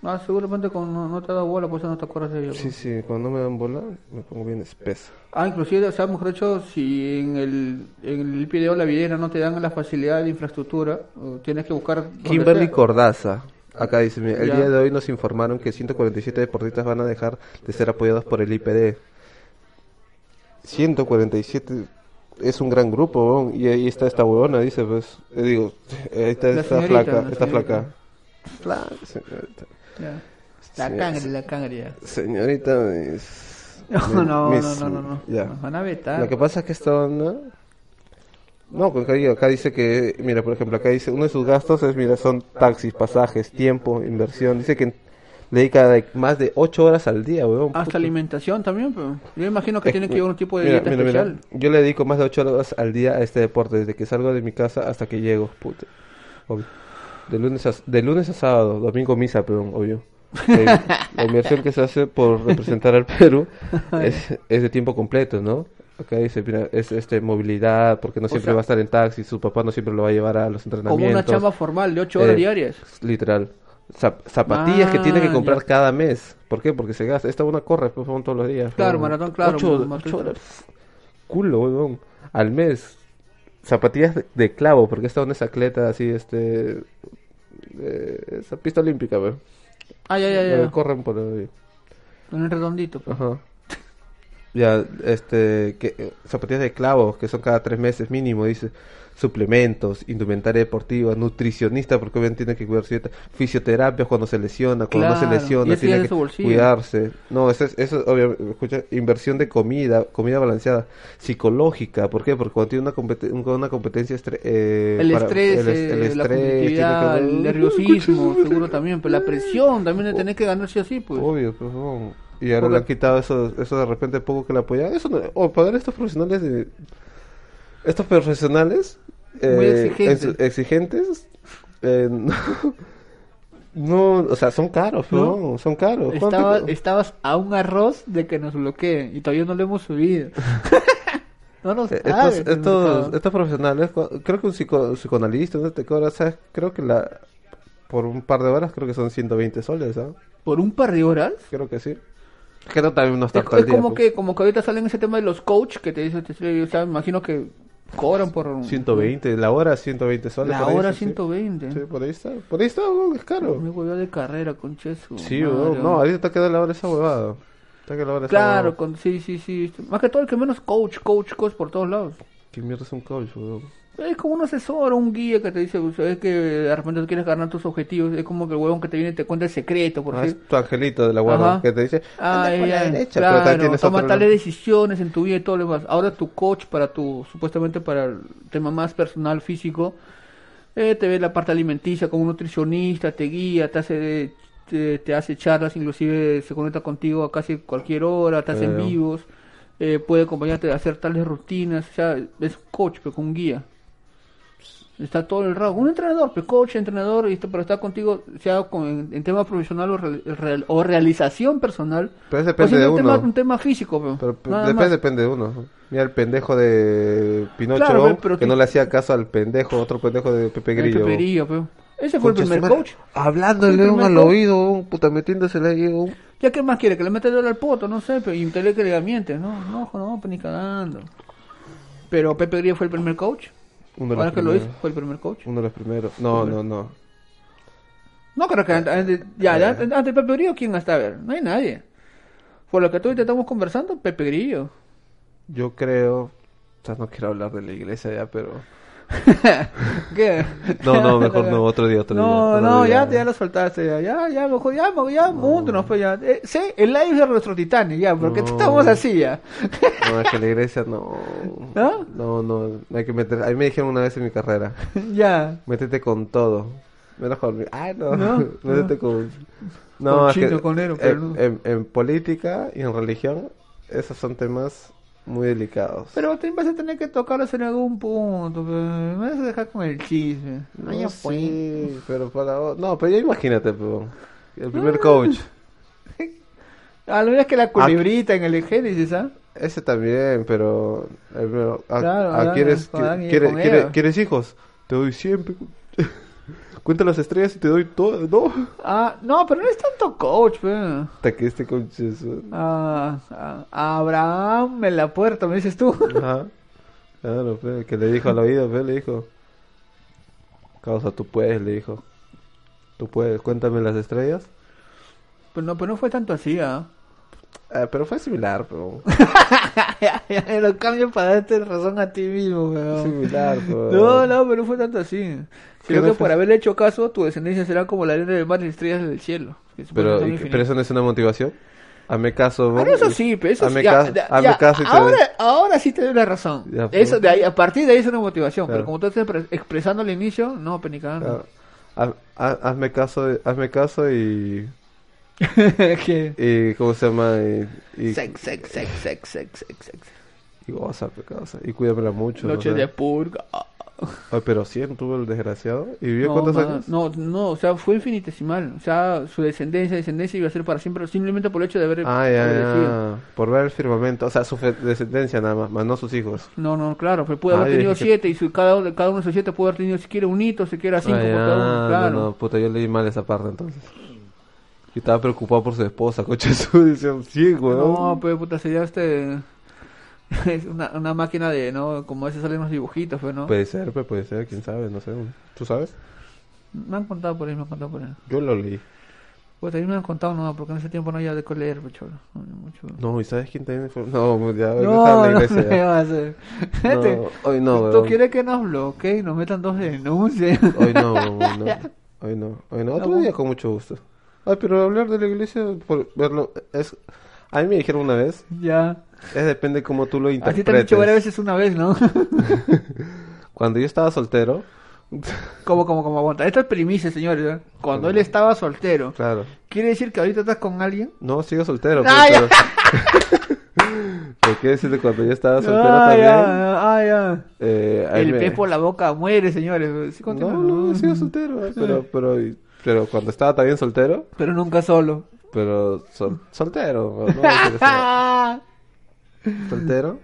Speaker 1: Ah, seguramente con, no, no te ha dado bola, por eso no te acuerdas de ello.
Speaker 2: Sí, sí, cuando me dan bola, me pongo bien espesa.
Speaker 1: Ah, inclusive, o sea, mejor dicho, si en el, en el video la videna no te dan la facilidad de infraestructura, o tienes que buscar... donde
Speaker 2: Kimberly
Speaker 1: sea.
Speaker 2: Cordaza. Acá dice, mira, el
Speaker 1: Ya.
Speaker 2: día de hoy nos informaron que 147 deportistas van a dejar de ser apoyados por el IPD. 147 es un gran grupo, weón. y ahí está esta huevona, dice, pues, eh, digo, ahí está
Speaker 1: La
Speaker 2: esta
Speaker 1: señorita,
Speaker 2: flaca,
Speaker 1: la
Speaker 2: esta
Speaker 1: señorita.
Speaker 2: flaca. Flaca, señorita.
Speaker 1: Ya. La
Speaker 2: Sí,
Speaker 1: cangre,
Speaker 2: sí.
Speaker 1: la cangre ya.
Speaker 2: eh, Señorita, es...
Speaker 1: No, no,
Speaker 2: Miss-
Speaker 1: no, no, no, no.
Speaker 2: Ya.
Speaker 1: Nos van a
Speaker 2: Lo
Speaker 1: vetar.
Speaker 2: que pasa es que esta onda... No, con cariño, acá dice que, mira, por ejemplo, acá dice, uno de sus gastos es, mira, son taxis, pasajes, tiempo, inversión. Dice que le dedica de- más de 8 horas al día, weón.
Speaker 1: Hasta
Speaker 2: puta.
Speaker 1: alimentación también, pero yo imagino que
Speaker 2: Es-
Speaker 1: tiene que llevar un tipo de
Speaker 2: mira,
Speaker 1: dieta
Speaker 2: mira, mira,
Speaker 1: especial.
Speaker 2: Yo le dedico más de 8 horas al día a este deporte, desde que salgo de mi casa hasta que llego, puta. Obvio. De lunes a, de lunes a sábado, domingo misa, perdón, obvio. Eh, La inversión que se hace por representar al Perú es, es de tiempo completo, ¿no? Acá dice, mira, es este, movilidad, porque no siempre
Speaker 1: sea-
Speaker 2: va a estar en taxi, su papá no siempre lo va a llevar a los
Speaker 1: Como una
Speaker 2: entrenamientos.
Speaker 1: chamba formal de 8 horas
Speaker 2: Eh,
Speaker 1: diarias.
Speaker 2: Literal. Zap- zapatillas que tiene que
Speaker 1: Ah,
Speaker 2: comprar
Speaker 1: ya.
Speaker 2: cada mes. ¿Por qué? Porque se gasta. Esta una corre pues, son todos los días.
Speaker 1: Claro,
Speaker 2: Son
Speaker 1: maratón, claro,
Speaker 2: ocho-
Speaker 1: maratón.
Speaker 2: ocho horas. Culo, weón. Al mes. Zapatillas de, de clavo, porque esta una es atleta así, este. eh, esa pista olímpica, pues. weón. eh,
Speaker 1: Ah, ya, ya, ya.
Speaker 2: Corren por ahí.
Speaker 1: En el redondito.
Speaker 2: Ajá. Ya, este, que, eh, zapatillas de clavos, que son cada tres meses mínimo, dice. Suplementos, indumentaria deportiva, nutricionista, porque obviamente tiene que cuidar su dieta. Fisioterapia cuando se lesiona, cuando no se
Speaker 1: Claro, y
Speaker 2: lesiona,
Speaker 1: eso ya
Speaker 2: tiene
Speaker 1: de
Speaker 2: que
Speaker 1: su bolsillo.
Speaker 2: cuidarse. No, eso es, eso es obviamente, escucha, inversión de comida, comida balanceada, psicológica, ¿por qué? Porque cuando tiene una, compet- un- una competencia estre- eh,
Speaker 1: El
Speaker 2: para-
Speaker 1: estrés,
Speaker 2: el, est- el
Speaker 1: eh, la
Speaker 2: estrés, tiene que
Speaker 1: competitividad,
Speaker 2: ver- uh,
Speaker 1: el nerviosismo, seguro también, pero la presión también de tener que ganar sí o sí, pues.
Speaker 2: Obvio, pues, no. Y ahora
Speaker 1: Porque-
Speaker 2: le han quitado eso, eso de repente poco que le apoyaban. Eso no- o pagar a estos profesionales de... Estos profesionales...
Speaker 1: Muy
Speaker 2: eh,
Speaker 1: exigentes.
Speaker 2: en su- exigentes, eh, no, no, o sea, son caros,
Speaker 1: ¿No?
Speaker 2: ¿no? Son caros. ¿Cuánto-
Speaker 1: Estaba- estabas a un arroz de que nos bloqueen y todavía no lo hemos subido. no nos
Speaker 2: Eh,
Speaker 1: sabes,
Speaker 2: estos, estos,
Speaker 1: mercado.
Speaker 2: estos profesionales, cu- creo que un psico- psicoanalista, ¿no? te cobra, ¿sabes? creo que la por un par de horas creo que son 120 soles, ¿ah?
Speaker 1: por un par de horas.
Speaker 2: Creo que sí. Es que no también no está
Speaker 1: Es, es como que como que ahorita salen ese tema de los coach que te dicen, te- o sea, imagino que cobran por un-
Speaker 2: 120, la hora 120 soles.
Speaker 1: la
Speaker 2: por ahí,
Speaker 1: hora
Speaker 2: sí, sí.
Speaker 1: 120.
Speaker 2: Sí, por ahí está. Por ahí está, weón, es
Speaker 1: Me
Speaker 2: caro.
Speaker 1: volvió de carrera con Chesu.
Speaker 2: Sí,
Speaker 1: madre,
Speaker 2: weón. No, ahorita te queda la hora esa huevada. Te queda la hora esa
Speaker 1: Claro,
Speaker 2: huevada.
Speaker 1: con, sí, sí, sí. este, Más que todo el que menos coach, coach, coach por todos lados.
Speaker 2: ¿Qué mierda es un coach, weón?
Speaker 1: Es como un asesor, un guía que te dice, pues, es que de repente tú quieres ganar tus objetivos. Es como que el huevón que te viene y te cuenta el secreto, por
Speaker 2: Ah,
Speaker 1: decir.
Speaker 2: es tu angelito de la guarda
Speaker 1: Ajá.
Speaker 2: que te dice,
Speaker 1: Ah,
Speaker 2: anda por la
Speaker 1: ya,
Speaker 2: derecha,
Speaker 1: claro,
Speaker 2: pero también tienes
Speaker 1: toma
Speaker 2: otro
Speaker 1: tales
Speaker 2: lado.
Speaker 1: decisiones en tu vida y todo lo demás. Ahora tu coach para tu, supuestamente para el tema más personal, físico, eh, te ve la parte alimenticia como un nutricionista, te guía, te hace, de- te, te hace charlas, inclusive se conecta contigo a casi cualquier hora, te hace en
Speaker 2: Claro.
Speaker 1: vivos, eh, puede acompañarte a hacer tales rutinas, o sea, es un coach, pero con un guía. Está todo el rango. Un entrenador, pues, coach, entrenador, y está- pero está contigo, sea con- en, en tema profesional o, real- real- o realización personal.
Speaker 2: Pero eso
Speaker 1: O
Speaker 2: depende
Speaker 1: si no,
Speaker 2: de
Speaker 1: un tema-
Speaker 2: uno.
Speaker 1: un tema físico, pero,
Speaker 2: Pero pe-
Speaker 1: nada
Speaker 2: depende,
Speaker 1: más.
Speaker 2: depende de uno. Mira el pendejo de Pinocho,
Speaker 1: Claro,
Speaker 2: weón,
Speaker 1: pero
Speaker 2: que
Speaker 1: tú-
Speaker 2: no le hacía caso al pendejo, otro pendejo de Pepe
Speaker 1: El
Speaker 2: Grillo. weón.
Speaker 1: Peperillo, pero. Ese fue
Speaker 2: Concha
Speaker 1: el
Speaker 2: su
Speaker 1: primer
Speaker 2: madre,
Speaker 1: coach. Fue
Speaker 2: Hablándole
Speaker 1: el
Speaker 2: weón,
Speaker 1: primer
Speaker 2: al
Speaker 1: coach.
Speaker 2: oídoosele oído, weón, puta, metiéndosele ahí, weón.
Speaker 1: ¿Ya qué más quiere? Que le meta el dedo al poto, no sé, pero, y te le que le miente. No, no, ojo, no, pues ni cagando. Pero Pepe Grillo fue el primer coach.
Speaker 2: Uno de los
Speaker 1: Ahora que lo hizo,
Speaker 2: primeros.
Speaker 1: fue el primer coach.
Speaker 2: Uno de los primeros. No, no, no.
Speaker 1: No creo que antes, antes- ya, ya, antes, antes Pepe Grillo, ¿quién hasta a ver? No hay nadie. Por lo que tú y te estamos conversando, Pepe Grillo.
Speaker 2: Yo creo. O sea, no quiero hablar de la iglesia ya, pero.
Speaker 1: ¿Qué?
Speaker 2: No, no, mejor no, otro día, otro día.
Speaker 1: No,
Speaker 2: otro
Speaker 1: no,
Speaker 2: día.
Speaker 1: ya, ya lo soltaste, ya, ya, ya, mejor, ya, mejor, ya, múntanos, pues, ya. Eh, sí, el live de nuestro Titanic, ya, porque
Speaker 2: No.
Speaker 1: estamos así, ya.
Speaker 2: No, es que la iglesia no.
Speaker 1: ¿No?
Speaker 2: No, no, hay que meter. A mí me dijeron una vez en mi carrera:
Speaker 1: ya.
Speaker 2: métete con todo. Menos con. Ay, no.
Speaker 1: No,
Speaker 2: métete con.
Speaker 1: Con
Speaker 2: es que
Speaker 1: chito, con ero, pero
Speaker 2: en,
Speaker 1: no.
Speaker 2: en- en política y en religión, esos son temas muy delicados.
Speaker 1: Pero te vas a tener que tocarlos en algún punto, pues, me vas a dejar con el chisme.
Speaker 2: No, sí, pero para. No, pero ya imagínate, pero. El primer coach.
Speaker 1: A lo mejor es que la
Speaker 2: Ah,
Speaker 1: culibrita en el Génesis, ¿ah?
Speaker 2: Ese también, pero... eh, pero, ah,
Speaker 1: Claro,
Speaker 2: ah,
Speaker 1: claro,
Speaker 2: ¿quieres,
Speaker 1: con Adán y
Speaker 2: quiere-
Speaker 1: con
Speaker 2: quiere-
Speaker 1: Eva.
Speaker 2: ¿Quieres hijos? Te doy siempre. Cuenta las estrellas y te doy todo. No.
Speaker 1: Ah, no, pero no es tanto coach, pues.
Speaker 2: Hasta que este con Jesús.
Speaker 1: Ah, ah, Abraham en la puerta, me dices tú.
Speaker 2: Ajá. Claro, pe, que le dijo al oído, pe, le dijo. Causa, tú puedes, le dijo. Tú puedes, cuéntame las estrellas.
Speaker 1: Pues no, pues no fue tanto así, ¿ah?
Speaker 2: Ah, pero fue similar, pero...
Speaker 1: ya, ya, ya, lo cambio para darte razón a ti mismo, weón.
Speaker 2: similar, pero...
Speaker 1: No, no, pero no fue tanto así.
Speaker 2: Que no
Speaker 1: Creo que
Speaker 2: fue-
Speaker 1: por haberle hecho caso, tu descendencia será como la arena del mar y las estrellas del cielo. que supuestamente son
Speaker 2: Pero, y que-
Speaker 1: infinitas.
Speaker 2: pero eso no es una motivación. Hazme caso,
Speaker 1: Ah,
Speaker 2: ¿no?
Speaker 1: no, eso sí, pero eso
Speaker 2: Hazme
Speaker 1: sí, ya,
Speaker 2: caso-
Speaker 1: ya,
Speaker 2: hazme
Speaker 1: ya,
Speaker 2: caso y te doy-
Speaker 1: ahora, ahora sí te doy la razón.
Speaker 2: Ya, pues.
Speaker 1: eso, de ahí, a partir de ahí es una motivación,
Speaker 2: Claro.
Speaker 1: pero como tú estás pre- expresando al inicio, no, pues, penicano.
Speaker 2: Claro. Ah, Haz- haz- hazme caso, hazme caso y,
Speaker 1: que
Speaker 2: y ¿cómo se llama? Y, y,
Speaker 1: Sex, sex, sex, sex, sex, sex, sex.
Speaker 2: y goza, pe, causa. y cuídamela mucho.
Speaker 1: Noche
Speaker 2: o sea.
Speaker 1: de purga.
Speaker 2: Ay, pero 100 tuvo el desgraciado. ¿Y vivió
Speaker 1: No,
Speaker 2: cuántos
Speaker 1: más,
Speaker 2: años?
Speaker 1: no, no, o sea, fue infinitesimal. O sea, su descendencia, descendencia iba a ser para siempre, simplemente por el hecho de haber
Speaker 2: Ah, ya,
Speaker 1: obedecido.
Speaker 2: ya. Por ver el firmamento. O sea, su fe- descendencia nada más, más no sus hijos.
Speaker 1: No, no, claro, pues puede haber
Speaker 2: Ay,
Speaker 1: tenido
Speaker 2: dije que-
Speaker 1: siete y su, cada, uno- cada uno de sus siete puede haber tenido siquiera un hito, siquiera cinco
Speaker 2: Ah,
Speaker 1: por
Speaker 2: ya.
Speaker 1: cada uno, claro.
Speaker 2: No, no, puta, yo leí mal esa parte entonces. Yo estaba preocupado por su esposa, coche su decían 100,
Speaker 1: No,
Speaker 2: weón.
Speaker 1: pues puta, sería este. Es una, una máquina de, ¿no? Como a veces salen los dibujitos, pues, ¿no?
Speaker 2: Puede ser, pe, puede ser, quién sabe, no sé. ¿Tú sabes?
Speaker 1: Me han contado por ahí, me han contado por ahí.
Speaker 2: Yo lo leí.
Speaker 1: Pues ahí me han contado nomás, porque en ese tiempo no había de qué leer, pecholo. No, había mucho.
Speaker 2: No, ¿y sabes quién también fue? No, ya, ya
Speaker 1: No,
Speaker 2: estaba en
Speaker 1: no
Speaker 2: la iglesia.
Speaker 1: me
Speaker 2: ya.
Speaker 1: vas a hacer. Gente,
Speaker 2: No, hoy no,
Speaker 1: ¿Tú
Speaker 2: weón.
Speaker 1: quieres que nos bloquee y nos metan dos denuncias?
Speaker 2: Hoy no, weón, no. Hoy no, hoy no. Otro
Speaker 1: Ah, bueno.
Speaker 2: día con mucho gusto. Ay, pero hablar de la iglesia, por verlo, es... A mí me dijeron una vez,
Speaker 1: ya.
Speaker 2: es depende cómo tú lo
Speaker 1: A ti te han dicho varias
Speaker 2: interpretes.
Speaker 1: veces una vez, ¿no?
Speaker 2: Cuando yo estaba soltero,
Speaker 1: como, como, como aguanta. Esto es primicia, señores. ¿eh? Cuando él estaba soltero.
Speaker 2: claro,
Speaker 1: ¿Quiere decir que ahorita estás con alguien?
Speaker 2: no, sigo soltero. pues,
Speaker 1: Ah,
Speaker 2: pero, pero quiero decirte, cuando yo estaba soltero
Speaker 1: ah,
Speaker 2: también,
Speaker 1: ya, ah, ya.
Speaker 2: eh, ahí
Speaker 1: El
Speaker 2: me-
Speaker 1: pez por la boca muere, señores. Sí,
Speaker 2: No,
Speaker 1: continúa, Ah.
Speaker 2: no,
Speaker 1: ¿no?
Speaker 2: he sido soltero, eh, pero, pero, pero cuando estaba también soltero,
Speaker 1: Pero nunca solo.
Speaker 2: pero sol- soltero, no, no, soltero,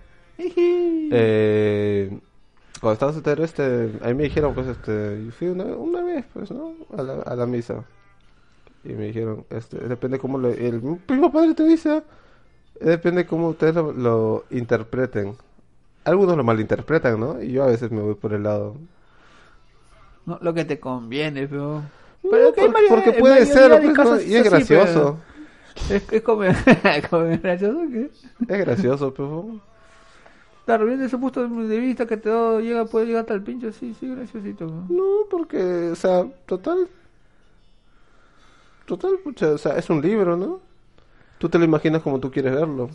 Speaker 2: eh, cuando estaba soltero, este, ahí me dijeron, pues, este, yo fui una, una vez, pues, ¿no? A la, a la misa. Y me dijeron, este, depende cómo lo- el mismo padre te dice, eh, depende cómo ustedes lo, lo interpreten. Algunos lo malinterpretan, ¿no? Y yo a veces me voy por el lado.
Speaker 1: No, lo que te conviene, pero...
Speaker 2: No,
Speaker 1: Pero que hay
Speaker 2: por-
Speaker 1: mayoría-
Speaker 2: porque
Speaker 1: en
Speaker 2: puede
Speaker 1: mayoría
Speaker 2: ser,
Speaker 1: de
Speaker 2: pues, ¿no?
Speaker 1: casos
Speaker 2: y es
Speaker 1: así, pero-
Speaker 2: gracioso.
Speaker 1: Es, es como... como gracioso que...
Speaker 2: Es gracioso, pues, pero...
Speaker 1: Claro, viendo ese punto de vista que te da, llega, puede llegar hasta el pincho, sí, sí, graciosito. ¿no?
Speaker 2: No, porque, o sea, total. Total, pucha, o sea, es un libro, ¿no? Tú te lo imaginas como tú quieres verlo.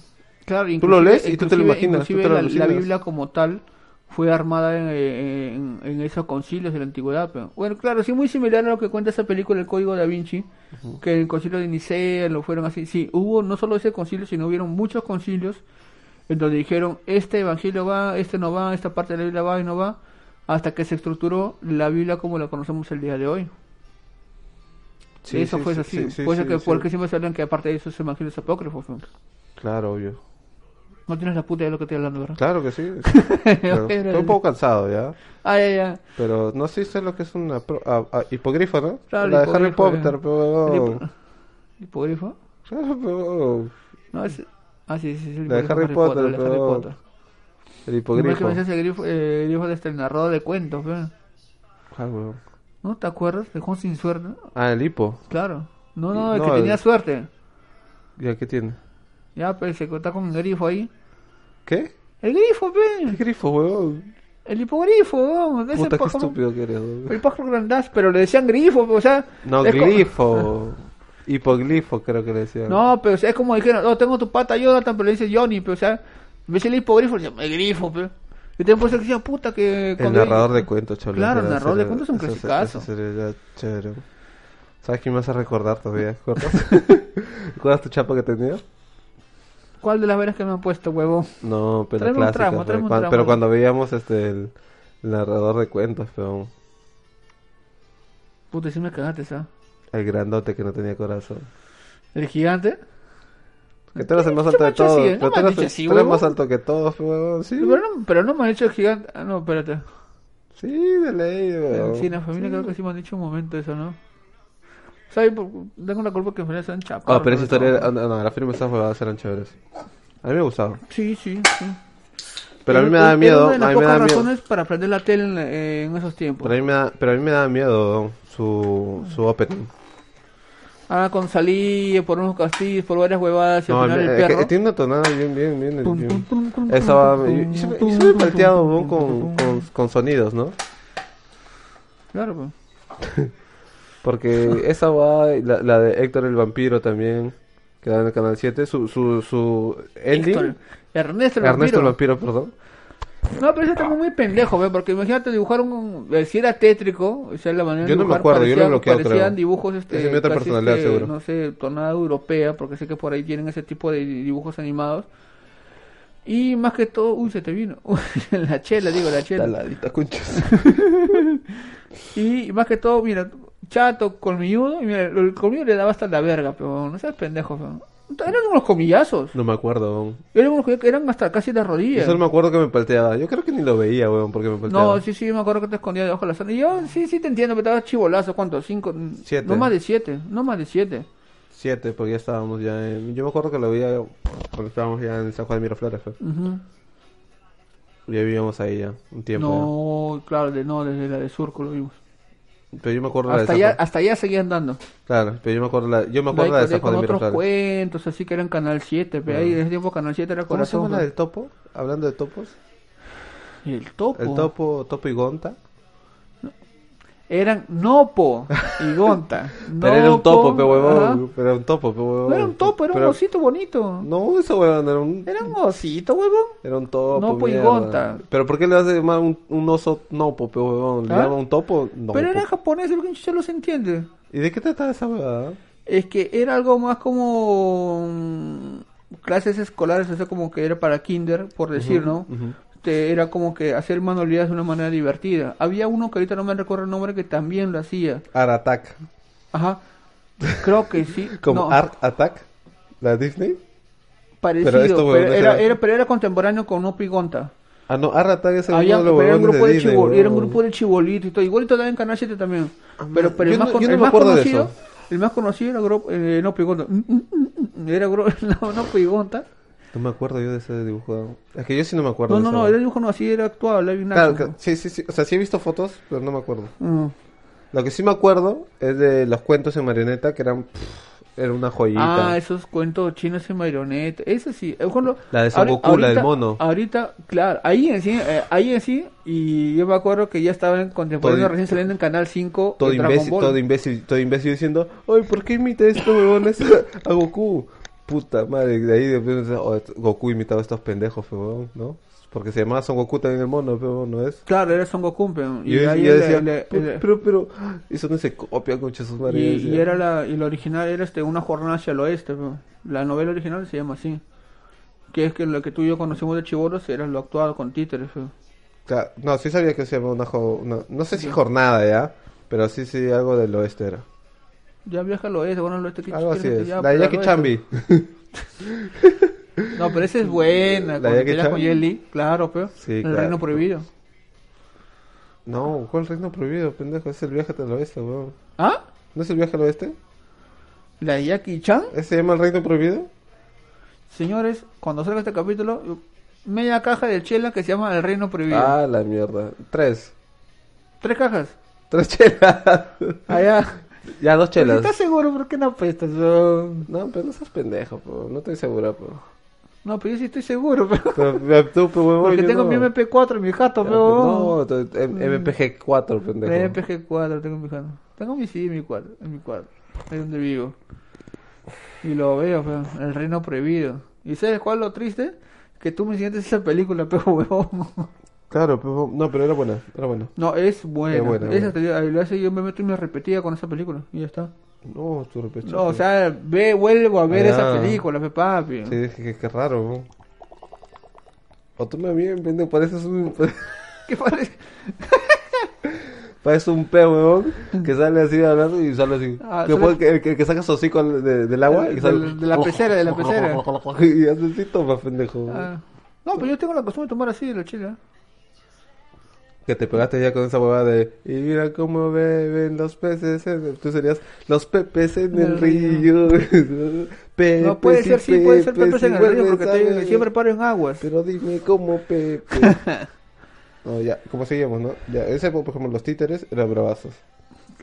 Speaker 1: Claro,
Speaker 2: Tú lo
Speaker 1: inclusive-
Speaker 2: lees y tú te lo
Speaker 1: inclusive-
Speaker 2: imaginas, tú te
Speaker 1: inclusive
Speaker 2: lo
Speaker 1: la- la,
Speaker 2: alucinas.
Speaker 1: Biblia como tal fue armada en, eh, en- en esos concilios de la antigüedad. pero- Bueno, claro, sí, muy similar a lo que cuenta esa película El Código da Vinci, que en el concilio de Nicea lo fueron así. Sí, hubo no solo ese concilio, sino hubieron muchos concilios en donde dijeron, este evangelio va, este no va, esta parte de la Biblia va y no va, hasta que se estructuró la Biblia como la conocemos el día de hoy. eso fue así. Por eso que, por que siempre se hablan que aparte de esos evangelios apócrifos, ¿no?
Speaker 2: Claro, obvio.
Speaker 1: no tienes la puta idea de lo que estoy hablando, ¿verdad?
Speaker 2: Claro que sí. sí. Pero
Speaker 1: Ok,
Speaker 2: Estoy un poco cansado ya.
Speaker 1: Ah, ya, ya.
Speaker 2: Pero no sé si es lo que es una pro- a- a- hipogrifo, ¿no?
Speaker 1: Claro,
Speaker 2: la de Harry
Speaker 1: hipogrifo,
Speaker 2: Potter,
Speaker 1: ya.
Speaker 2: pero.
Speaker 1: Hipo- ¿Hipogrifo?
Speaker 2: Claro, pero-
Speaker 1: No, es... Ah, sí, sí, es el
Speaker 2: La de
Speaker 1: hipogrifo
Speaker 2: Harry Potter,
Speaker 1: la de Harry
Speaker 2: pero-
Speaker 1: Potter. No es
Speaker 2: El
Speaker 1: que
Speaker 2: hipogrifo.
Speaker 1: me decías el grifo, eh, el grifo de este, el narrador de cuentos, pe.
Speaker 2: Ah, huevón.
Speaker 1: ¿No te acuerdas? De Juan sin suerte.
Speaker 2: Ah, el hipo.
Speaker 1: Claro. No, no, el
Speaker 2: No,
Speaker 1: que
Speaker 2: el-
Speaker 1: tenía suerte.
Speaker 2: ¿Ya qué tiene?
Speaker 1: Ya, pues, se contaba con el grifo ahí.
Speaker 2: ¿Qué?
Speaker 1: ¡El grifo,
Speaker 2: ¿Qué
Speaker 1: pe!
Speaker 2: grifo, huevón?
Speaker 1: ¡El hipogrifo, weón! Ese
Speaker 2: Puta, qué
Speaker 1: pájaro-
Speaker 2: estúpido que eres, huevón.
Speaker 1: El pájaro grandaz, pero le decían grifo, pe, o sea...
Speaker 2: No,
Speaker 1: es como-
Speaker 2: glifo. Hipoglifo, creo que le decían.
Speaker 1: No, pero o sea, es como dijeron, no, tengo tu pata Jonathan, pero le dice Johnny, pero o sea, ves el hipogrifo, le llama el grifo, pero. Y te puesto que decía, puta, que.
Speaker 2: El
Speaker 1: cuando-
Speaker 2: narrador de cuentos, cholo.
Speaker 1: Claro, el
Speaker 2: Era-
Speaker 1: narrador de
Speaker 2: era-
Speaker 1: cuentos es un
Speaker 2: esa- esa-
Speaker 1: clasicazo.
Speaker 2: esa sería ya chévere. ¿Sabes quién me vas a recordar todavía? ¿Recuerdas? ¿Recuerdas tu chapa que tenía?
Speaker 1: ¿Cuál de las veras que me han puesto, huevo?
Speaker 2: No, pero
Speaker 1: Tráeme un
Speaker 2: clásica.
Speaker 1: tramo,
Speaker 2: fue.
Speaker 1: tráeme un
Speaker 2: Cuan-
Speaker 1: tramo.
Speaker 2: Pero cuando veíamos este el, el narrador de cuentos, peón.
Speaker 1: Puta, si me cagaste, ¿sabes?
Speaker 2: El grandote que no tenía corazón.
Speaker 1: El gigante.
Speaker 2: Que tú eras el más alto
Speaker 1: me
Speaker 2: de
Speaker 1: has hecho
Speaker 2: todos.
Speaker 1: así, eh?
Speaker 2: pero
Speaker 1: No
Speaker 2: tú
Speaker 1: me has
Speaker 2: eras,
Speaker 1: dicho así,
Speaker 2: tú eras
Speaker 1: huevón.
Speaker 2: más alto que todos, huevón. Sí,
Speaker 1: Pero no, pero no me han hecho el gigante. Ah, no, espérate.
Speaker 2: sí, de ley, huevón.
Speaker 1: Sí, en la familia creo que sí me han dicho un momento eso, ¿no? ¿Sabes? Por- Tengo una culpa que en realidad se han chapado.
Speaker 2: Ah, pero esa historia... era- ah, No, no, la firma esas huevadas eran chéveres. A mí me gustaba.
Speaker 1: Sí, sí, sí.
Speaker 2: Pero a mí me
Speaker 1: Era-
Speaker 2: daba
Speaker 1: era
Speaker 2: miedo.
Speaker 1: Una
Speaker 2: A
Speaker 1: de
Speaker 2: mí
Speaker 1: las
Speaker 2: me
Speaker 1: pocas
Speaker 2: daba miedo.
Speaker 1: razones para aprender la tele en, eh, en esos tiempos.
Speaker 2: Pero a mí me da, pero a mí me da miedo don, su, su opening.
Speaker 1: Ah, con salir por unos castillos, por varias huevadas y
Speaker 2: No,
Speaker 1: al final
Speaker 2: es
Speaker 1: el
Speaker 2: que
Speaker 1: perro.
Speaker 2: tiene una tonada bien, bien, bien.
Speaker 1: Tum,
Speaker 2: bien.
Speaker 1: tum, tum, tum,
Speaker 2: Esa va-
Speaker 1: tum,
Speaker 2: yo-
Speaker 1: tum,
Speaker 2: yo siempre-
Speaker 1: tum,
Speaker 2: yo siempre he
Speaker 1: tum,
Speaker 2: palteado
Speaker 1: tum,
Speaker 2: don,
Speaker 1: tum,
Speaker 2: con,
Speaker 1: tum.
Speaker 2: con, con sonidos, ¿no?
Speaker 1: Claro, pues.
Speaker 2: Porque esa va, la, la de Héctor el Vampiro también, que da en el canal 7, su, su, su ending.
Speaker 1: Héctor, Ernesto el
Speaker 2: Ernesto el
Speaker 1: vampiro.
Speaker 2: Vampiro, perdón.
Speaker 1: No, pero ese está muy pendejo, ve, porque imagínate dibujar un... eh, Si era tétrico, o sea, la manera de
Speaker 2: Yo no me
Speaker 1: dibujar
Speaker 2: acuerdo, yo lo he
Speaker 1: parecía-
Speaker 2: bloqueado,
Speaker 1: Parecían
Speaker 2: creo.
Speaker 1: dibujos, este...
Speaker 2: Esa es mi otra
Speaker 1: casi,
Speaker 2: personalidad,
Speaker 1: este,
Speaker 2: seguro.
Speaker 1: No sé, tornada europea, porque sé que por ahí tienen ese tipo de dibujos animados. Y más que todo... Uy, se te vino. la chela, digo, la chela.
Speaker 2: Taladita, conchas.
Speaker 1: Y más que todo, mira, chato, colmilludo, y mira, el colmillo le daba hasta la verga, pero no seas pendejo, pero. Eran unos comillazos.
Speaker 2: No me acuerdo, don.
Speaker 1: Eran unos que eran hasta casi las
Speaker 2: Yo
Speaker 1: rodillas.
Speaker 2: solo me acuerdo que me palteaba. Yo creo que ni lo veía, weón, porque me palteaba.
Speaker 1: No, sí, sí, me acuerdo que te escondía debajo de la sábana. Y yo, sí, sí, te entiendo, pero estaba chivolazo, ¿cuánto? Cinco.
Speaker 2: Siete.
Speaker 1: No más de siete, no más de siete.
Speaker 2: 7, porque ya estábamos ya en... Yo me acuerdo que lo veía cuando estábamos ya en San Juan de Miraflores, fue.
Speaker 1: Ujú.
Speaker 2: Ya vivíamos ahí ya, un tiempo.
Speaker 1: No, claro, de, no, desde la de surco lo vimos.
Speaker 2: ya. Pero yo me acuerdo
Speaker 1: Hasta
Speaker 2: la de
Speaker 1: allá,
Speaker 2: esa.
Speaker 1: hasta allá seguían dando.
Speaker 2: Claro, pero yo me acuerdo la, yo me acuerdo
Speaker 1: Ahí
Speaker 2: la de
Speaker 1: corría
Speaker 2: esa Juan
Speaker 1: con
Speaker 2: de
Speaker 1: otros
Speaker 2: Miraflores.
Speaker 1: cuentos, así que eran Canal 7, pero ahí en ese tiempo Canal 7 era
Speaker 2: ¿Cómo se
Speaker 1: corazón.
Speaker 2: llama la
Speaker 1: ¿no?
Speaker 2: del topo? Hablando de topos.
Speaker 1: El topo.
Speaker 2: El topo, topo y gonta.
Speaker 1: Eran Nopo y Gonta.
Speaker 2: Pero era un topo, pe
Speaker 1: ajá.
Speaker 2: huevón. Pero era un topo, pe huevón.
Speaker 1: No era un topo, era un
Speaker 2: Pero-
Speaker 1: osito bonito.
Speaker 2: No, ese huevón era un,
Speaker 1: Era un osito, huevón.
Speaker 2: era un topo.
Speaker 1: No, pues,
Speaker 2: mierda.
Speaker 1: gonta.
Speaker 2: Pero ¿por qué le vas a llamar un, un oso nopo, pe huevón? ¿Le
Speaker 1: ¿Ah?
Speaker 2: llama un topo? No.
Speaker 1: Pero era japonés, el pinche se los entiende.
Speaker 2: ¿Y de qué trata esa huevada?
Speaker 1: Es que era algo más como mm, clases escolares, o sea, como que era para kinder, por decir, ¿no? Este, era como que hacer manualidades de una manera divertida. Había uno que ahorita no me recuerdo el nombre que también lo hacía.
Speaker 2: Art Attack.
Speaker 1: Ajá. Creo que sí.
Speaker 2: Como
Speaker 1: no,
Speaker 2: Art Attack. La Disney.
Speaker 1: parecido,
Speaker 2: pero esto,
Speaker 1: pero,
Speaker 2: huevón, no
Speaker 1: era,
Speaker 2: será-
Speaker 1: era- pero era contemporáneo con Opi Gonta.
Speaker 2: Ah, no, Art Attack es el
Speaker 1: Había,
Speaker 2: uno de los
Speaker 1: pero era un
Speaker 2: huevones
Speaker 1: grupo de, chibol-
Speaker 2: Disney,
Speaker 1: era un
Speaker 2: huevón. Ah,
Speaker 1: grupo de chibolitos y todo. Igualito también en Canal 7 también. Pero, pero
Speaker 2: yo
Speaker 1: el, más,
Speaker 2: no-
Speaker 1: con-
Speaker 2: yo no
Speaker 1: el
Speaker 2: me
Speaker 1: más
Speaker 2: acuerdo de
Speaker 1: conocido,
Speaker 2: eso.
Speaker 1: el más conocido era Gro, eh, no Pigonta. Mm, mm, mm, mm, Era Gro, no, no Pigonta.
Speaker 2: No me acuerdo yo de ese dibujo. Es que yo sí no me
Speaker 1: No,
Speaker 2: acuerdo. de
Speaker 1: no,
Speaker 2: esa
Speaker 1: no,
Speaker 2: huevada.
Speaker 1: era dibujo no así, era actuado, Levi
Speaker 2: Claro,
Speaker 1: Nacho.
Speaker 2: que- sí, sí, sí. O sea, sí he visto fotos, pero no me acuerdo.
Speaker 1: Mm.
Speaker 2: Lo que sí me acuerdo es de los cuentos en marioneta que eran. pff, era una joyita.
Speaker 1: Ah, esos cuentos chinos en marioneta. Eso sí. eh, cuando-
Speaker 2: La de Son
Speaker 1: ahori-
Speaker 2: Goku, la del
Speaker 1: ahorita-
Speaker 2: mono.
Speaker 1: Ahorita, claro. Ahí en sí, eh, ahí en sí. Y yo me acuerdo que ya estaban contemporáneo
Speaker 2: Todo-
Speaker 1: recién saliendo en Canal 5.
Speaker 2: Todo
Speaker 1: el Dragon
Speaker 2: imbécil,
Speaker 1: Ball.
Speaker 2: todo imbécil, todo imbécil diciendo, ay, ¿por qué imita estos huevones a Goku? Puta madre, de ahí de repente, "Oh, es- Goku imitaba a estos pendejos, pe, huevón, ¿no? Porque se llamaba Son Goku también el mono, pe, huevón, ¿no es?
Speaker 1: Claro, era Son Goku. pero-
Speaker 2: Y, yo,
Speaker 1: ahí
Speaker 2: yo
Speaker 1: el-
Speaker 2: decía,
Speaker 1: el- el-
Speaker 2: "Pero- pero, pero, eso no se copia con sus
Speaker 1: Y,
Speaker 2: madres. yo
Speaker 1: y
Speaker 2: decía.
Speaker 1: era la, y la original era este, una jornada hacia el oeste. pe. La novela original se llama así. Que es que lo que tú y yo conocemos de Chiboros era lo actuado con títeres. pe.
Speaker 2: Ca- No, sí sabía que se llamaba una, jo- una- no sé si jornada ya, pero sí, sí, algo del oeste era.
Speaker 1: Ya viaja al oeste, bueno, al oeste. ¿qué
Speaker 2: Algo
Speaker 1: quieres
Speaker 2: así
Speaker 1: que te
Speaker 2: es.
Speaker 1: lleve
Speaker 2: La
Speaker 1: para
Speaker 2: de
Speaker 1: el
Speaker 2: Jackie
Speaker 1: oeste?
Speaker 2: Chambi.
Speaker 1: No, pero esa es buena.
Speaker 2: La
Speaker 1: cuando
Speaker 2: de
Speaker 1: peleas
Speaker 2: Jackie
Speaker 1: con
Speaker 2: Chan.
Speaker 1: Jet Li, claro, pero.
Speaker 2: Sí,
Speaker 1: el
Speaker 2: claro.
Speaker 1: reino prohibido.
Speaker 2: No, ¿cuál reino prohibido, pendejo? Es el viaje al oeste, weón.
Speaker 1: ¿Ah?
Speaker 2: ¿No es el viaje al oeste?
Speaker 1: ¿La de Jackie Chan?
Speaker 2: ¿Ese se llama el reino prohibido?
Speaker 1: Señores, cuando salga este capítulo, media caja de chela que se llama El Reino Prohibido.
Speaker 2: Ah, la mierda. Tres.
Speaker 1: Tres cajas.
Speaker 2: Tres chelas.
Speaker 1: Allá.
Speaker 2: Ah, ya,
Speaker 1: Pero
Speaker 2: dos
Speaker 1: si
Speaker 2: chelas.
Speaker 1: ¿Estás seguro? ¿Por qué no apestas? No,
Speaker 2: No, pero no seas pendejo, po. no estoy seguro. Po.
Speaker 1: No, pero yo sí estoy seguro. Pero...
Speaker 2: Pero, pero tú, po, huevón,
Speaker 1: Porque
Speaker 2: yo
Speaker 1: tengo
Speaker 2: no.
Speaker 1: mi MP4 en mi jato,
Speaker 2: Ya,
Speaker 1: pero...
Speaker 2: No, Mm. tú- M- MPG4, pendejo.
Speaker 1: La MPG4 tengo en mi jato. Tengo mi CD en mi cuadro, en mi cuadro. Ahí donde vivo. Y lo veo, pero... El Reino Prohibido. ¿Y sabes cuál es lo triste? Que tú me sientes esa película, pero huevón.
Speaker 2: Claro, pero, no, pero era buena, era buena.
Speaker 1: No, es buena.
Speaker 2: Es buena,
Speaker 1: Esa
Speaker 2: buena.
Speaker 1: te digo, a veces yo me meto y me repetía con esa película. Y ya está.
Speaker 2: No, tu repechaje.
Speaker 1: No, o sea, ve, vuelvo a ver
Speaker 2: Ah,
Speaker 1: esa
Speaker 2: ya.
Speaker 1: película, pe papi.
Speaker 2: Sí, dije que qué raro, po. O tú también, pendejo, pareces un...
Speaker 1: ¿Qué parece?
Speaker 2: Parece un peo, huevón, que sale así hablando y sale así.
Speaker 1: Ah,
Speaker 2: que,
Speaker 1: sale-
Speaker 2: puede- que, que- que saca su hocico de- del agua y
Speaker 1: De-
Speaker 2: sale.
Speaker 1: de la pecera, de la pecera.
Speaker 2: y hace así, toma, pendejo.
Speaker 1: Ah. No, pero yo tengo la costumbre de tomar así de ¿eh? la chela.
Speaker 2: Que te pegaste ya con esa huevada de. Y mira cómo beben los peces. en el-". Tú serías los pepes en el
Speaker 1: Del río".
Speaker 2: río. Pepes
Speaker 1: No, puede
Speaker 2: y
Speaker 1: ser, sí, puede ser
Speaker 2: pepes
Speaker 1: pepes en
Speaker 2: y
Speaker 1: el río
Speaker 2: vuelves
Speaker 1: porque
Speaker 2: a
Speaker 1: te,
Speaker 2: beber.
Speaker 1: siempre paro en aguas.
Speaker 2: Pero dime cómo pepe. no, ya, como seguíamos, ¿no? Ya, ese, por ejemplo, los títeres eran bravazos.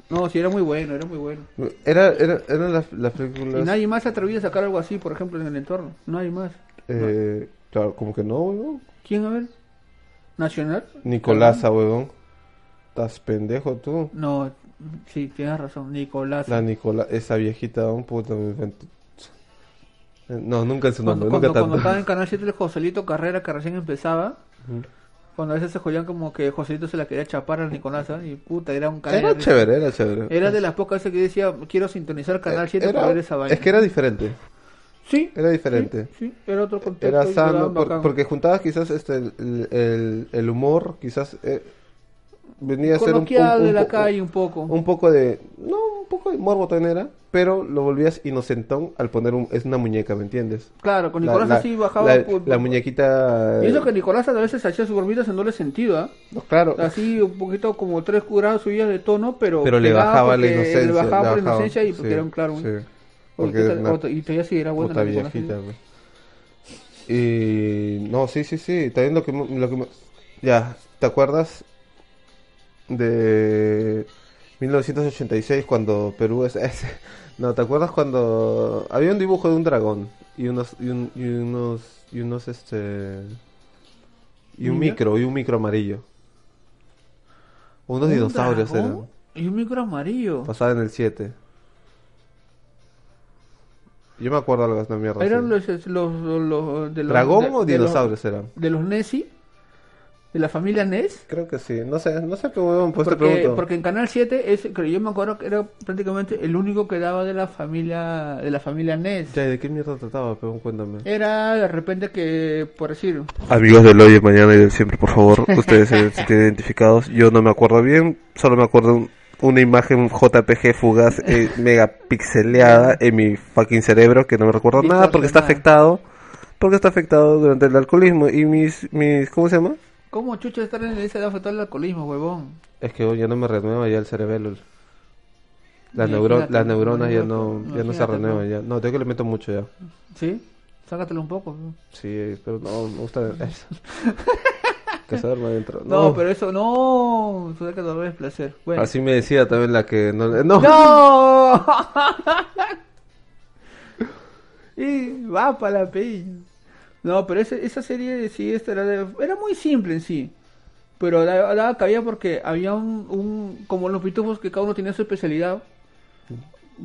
Speaker 1: No, sí, era muy bueno, era muy bueno.
Speaker 2: Era, era, eran las, las
Speaker 1: Y
Speaker 2: películas.
Speaker 1: nadie más se atrevió a sacar algo así, por ejemplo, en el entorno. Nadie más.
Speaker 2: Eh, Claro, como que no, huevón.
Speaker 1: ¿Quién, a ver? ¿Nacional?
Speaker 2: Nicolasa, huevón. Estás pendejo tú.
Speaker 1: No, sí, tienes razón. Nicolás.
Speaker 2: La Nicola, esa viejita, un puto. me invento. No, nunca es su
Speaker 1: Cuando, cuando,
Speaker 2: nombre, nunca
Speaker 1: cuando
Speaker 2: tanto.
Speaker 1: estaba en Canal 7 el Joselito Carrera, que recién empezaba, cuando a veces se jodían como que Joselito se la quería chapar al Nicolás, ¿eh? y puta, era un canal.
Speaker 2: Era chévere, era chévere. Eh,
Speaker 1: Era de las pocas veces que decía, quiero sintonizar Canal 7
Speaker 2: Era-
Speaker 1: para ver esa vaina.
Speaker 2: Es que era diferente.
Speaker 1: Sí,
Speaker 2: Era diferente.
Speaker 1: sí, era otro contexto.
Speaker 2: Era
Speaker 1: y
Speaker 2: sano,
Speaker 1: daban
Speaker 2: por-
Speaker 1: bacán.
Speaker 2: porque juntabas quizás este, el, el- el- el humor, quizás eh, venía a ser un,
Speaker 1: Coloquial
Speaker 2: un- un
Speaker 1: de la
Speaker 2: poco-
Speaker 1: calle un poco.
Speaker 2: un poco de. No, un poco de morbo también era, pero lo volvías inocentón al poner un, es una muñeca, ¿me entiendes?
Speaker 1: Claro, con Nicolás así bajaba.
Speaker 2: la,
Speaker 1: por-
Speaker 2: la muñequita.
Speaker 1: Y eso que Nicolás a veces hacía sus gormitas en doble sentido, ¿ah?
Speaker 2: No, claro.
Speaker 1: Así un poquito como tres grados subidas de tono, pero.
Speaker 2: Pero le
Speaker 1: pegaba
Speaker 2: bajaba la
Speaker 1: porque-
Speaker 2: inocencia.
Speaker 1: Le bajaba por
Speaker 2: le bajaba,
Speaker 1: inocencia y porque
Speaker 2: sí,
Speaker 1: era un claro. un-
Speaker 2: Sí.
Speaker 1: Uy,
Speaker 2: Porque
Speaker 1: ¿qué
Speaker 2: era
Speaker 1: tal?
Speaker 2: una
Speaker 1: Otra- y todavía sí era buena
Speaker 2: puta
Speaker 1: la Nicolás,
Speaker 2: viejita,
Speaker 1: sí.
Speaker 2: güey. Y. No, sí, sí, sí. También lo que. mo- Lo que mo- ya, ¿te acuerdas? De. 1986 cuando Perú es, es- no te acuerdas cuando había un dibujo de un dragón y unos y, un- y unos y unos este y un
Speaker 1: ¿Ya?
Speaker 2: micro y un micro amarillo unos
Speaker 1: ¿Un
Speaker 2: dinosaurios
Speaker 1: dragón
Speaker 2: eran
Speaker 1: Y un micro amarillo.
Speaker 2: pasaba en el 7 yo me acuerdo algo de esta mierda
Speaker 1: ¿Eran
Speaker 2: así.
Speaker 1: los, los, los- los- de los-
Speaker 2: dragón
Speaker 1: de-
Speaker 2: o
Speaker 1: de los-
Speaker 2: dinosaurios eran
Speaker 1: De los Nessie. De la familia Ness.
Speaker 2: creo que sí no sé no sé qué huevón pues te
Speaker 1: Porque,
Speaker 2: pregunto
Speaker 1: porque en Canal 7, es, creo- yo me acuerdo que era prácticamente el único que daba de la familia de la familia Ness.
Speaker 2: Ya, ¿y de qué mierda trataba peón cuéntame
Speaker 1: Era de repente que, por decir,
Speaker 2: Amigos del hoy, mañana y de siempre, por favor, ustedes se sienten identificados. Yo no me acuerdo bien, solo me acuerdo un- una imagen JPG fugaz, eh, megapixeleada en mi fucking cerebro, que no me recuerdo nada porque está afectado, porque está afectado durante el alcoholismo. Y mis, mis ¿cómo se llama?
Speaker 1: ¿cómo chucho estar en esa edad afectado al alcoholismo, huevón?
Speaker 2: Es que ya no me renueva ya el cerebelo.
Speaker 1: Las neuro- Imagínate, las neuronas ya no- ya no se imagínate, renuevan
Speaker 2: ya. No, tengo que le meto mucho ya.
Speaker 1: ¿Sí? Sácatelo un poco.
Speaker 2: Sí, pero no, me gusta eso. Que se duerma adentro.
Speaker 1: No, pero eso no. Tú sabes que dolor es placer. Bueno.
Speaker 2: Así me decía también la que no, le- no.
Speaker 1: ¡No! y va para la peña. No, pero ese- esa serie de sí esta era, de- era muy simple en sí. Pero da- daba cabida porque había un, un- Como los pitufos que cada uno tenía su especialidad.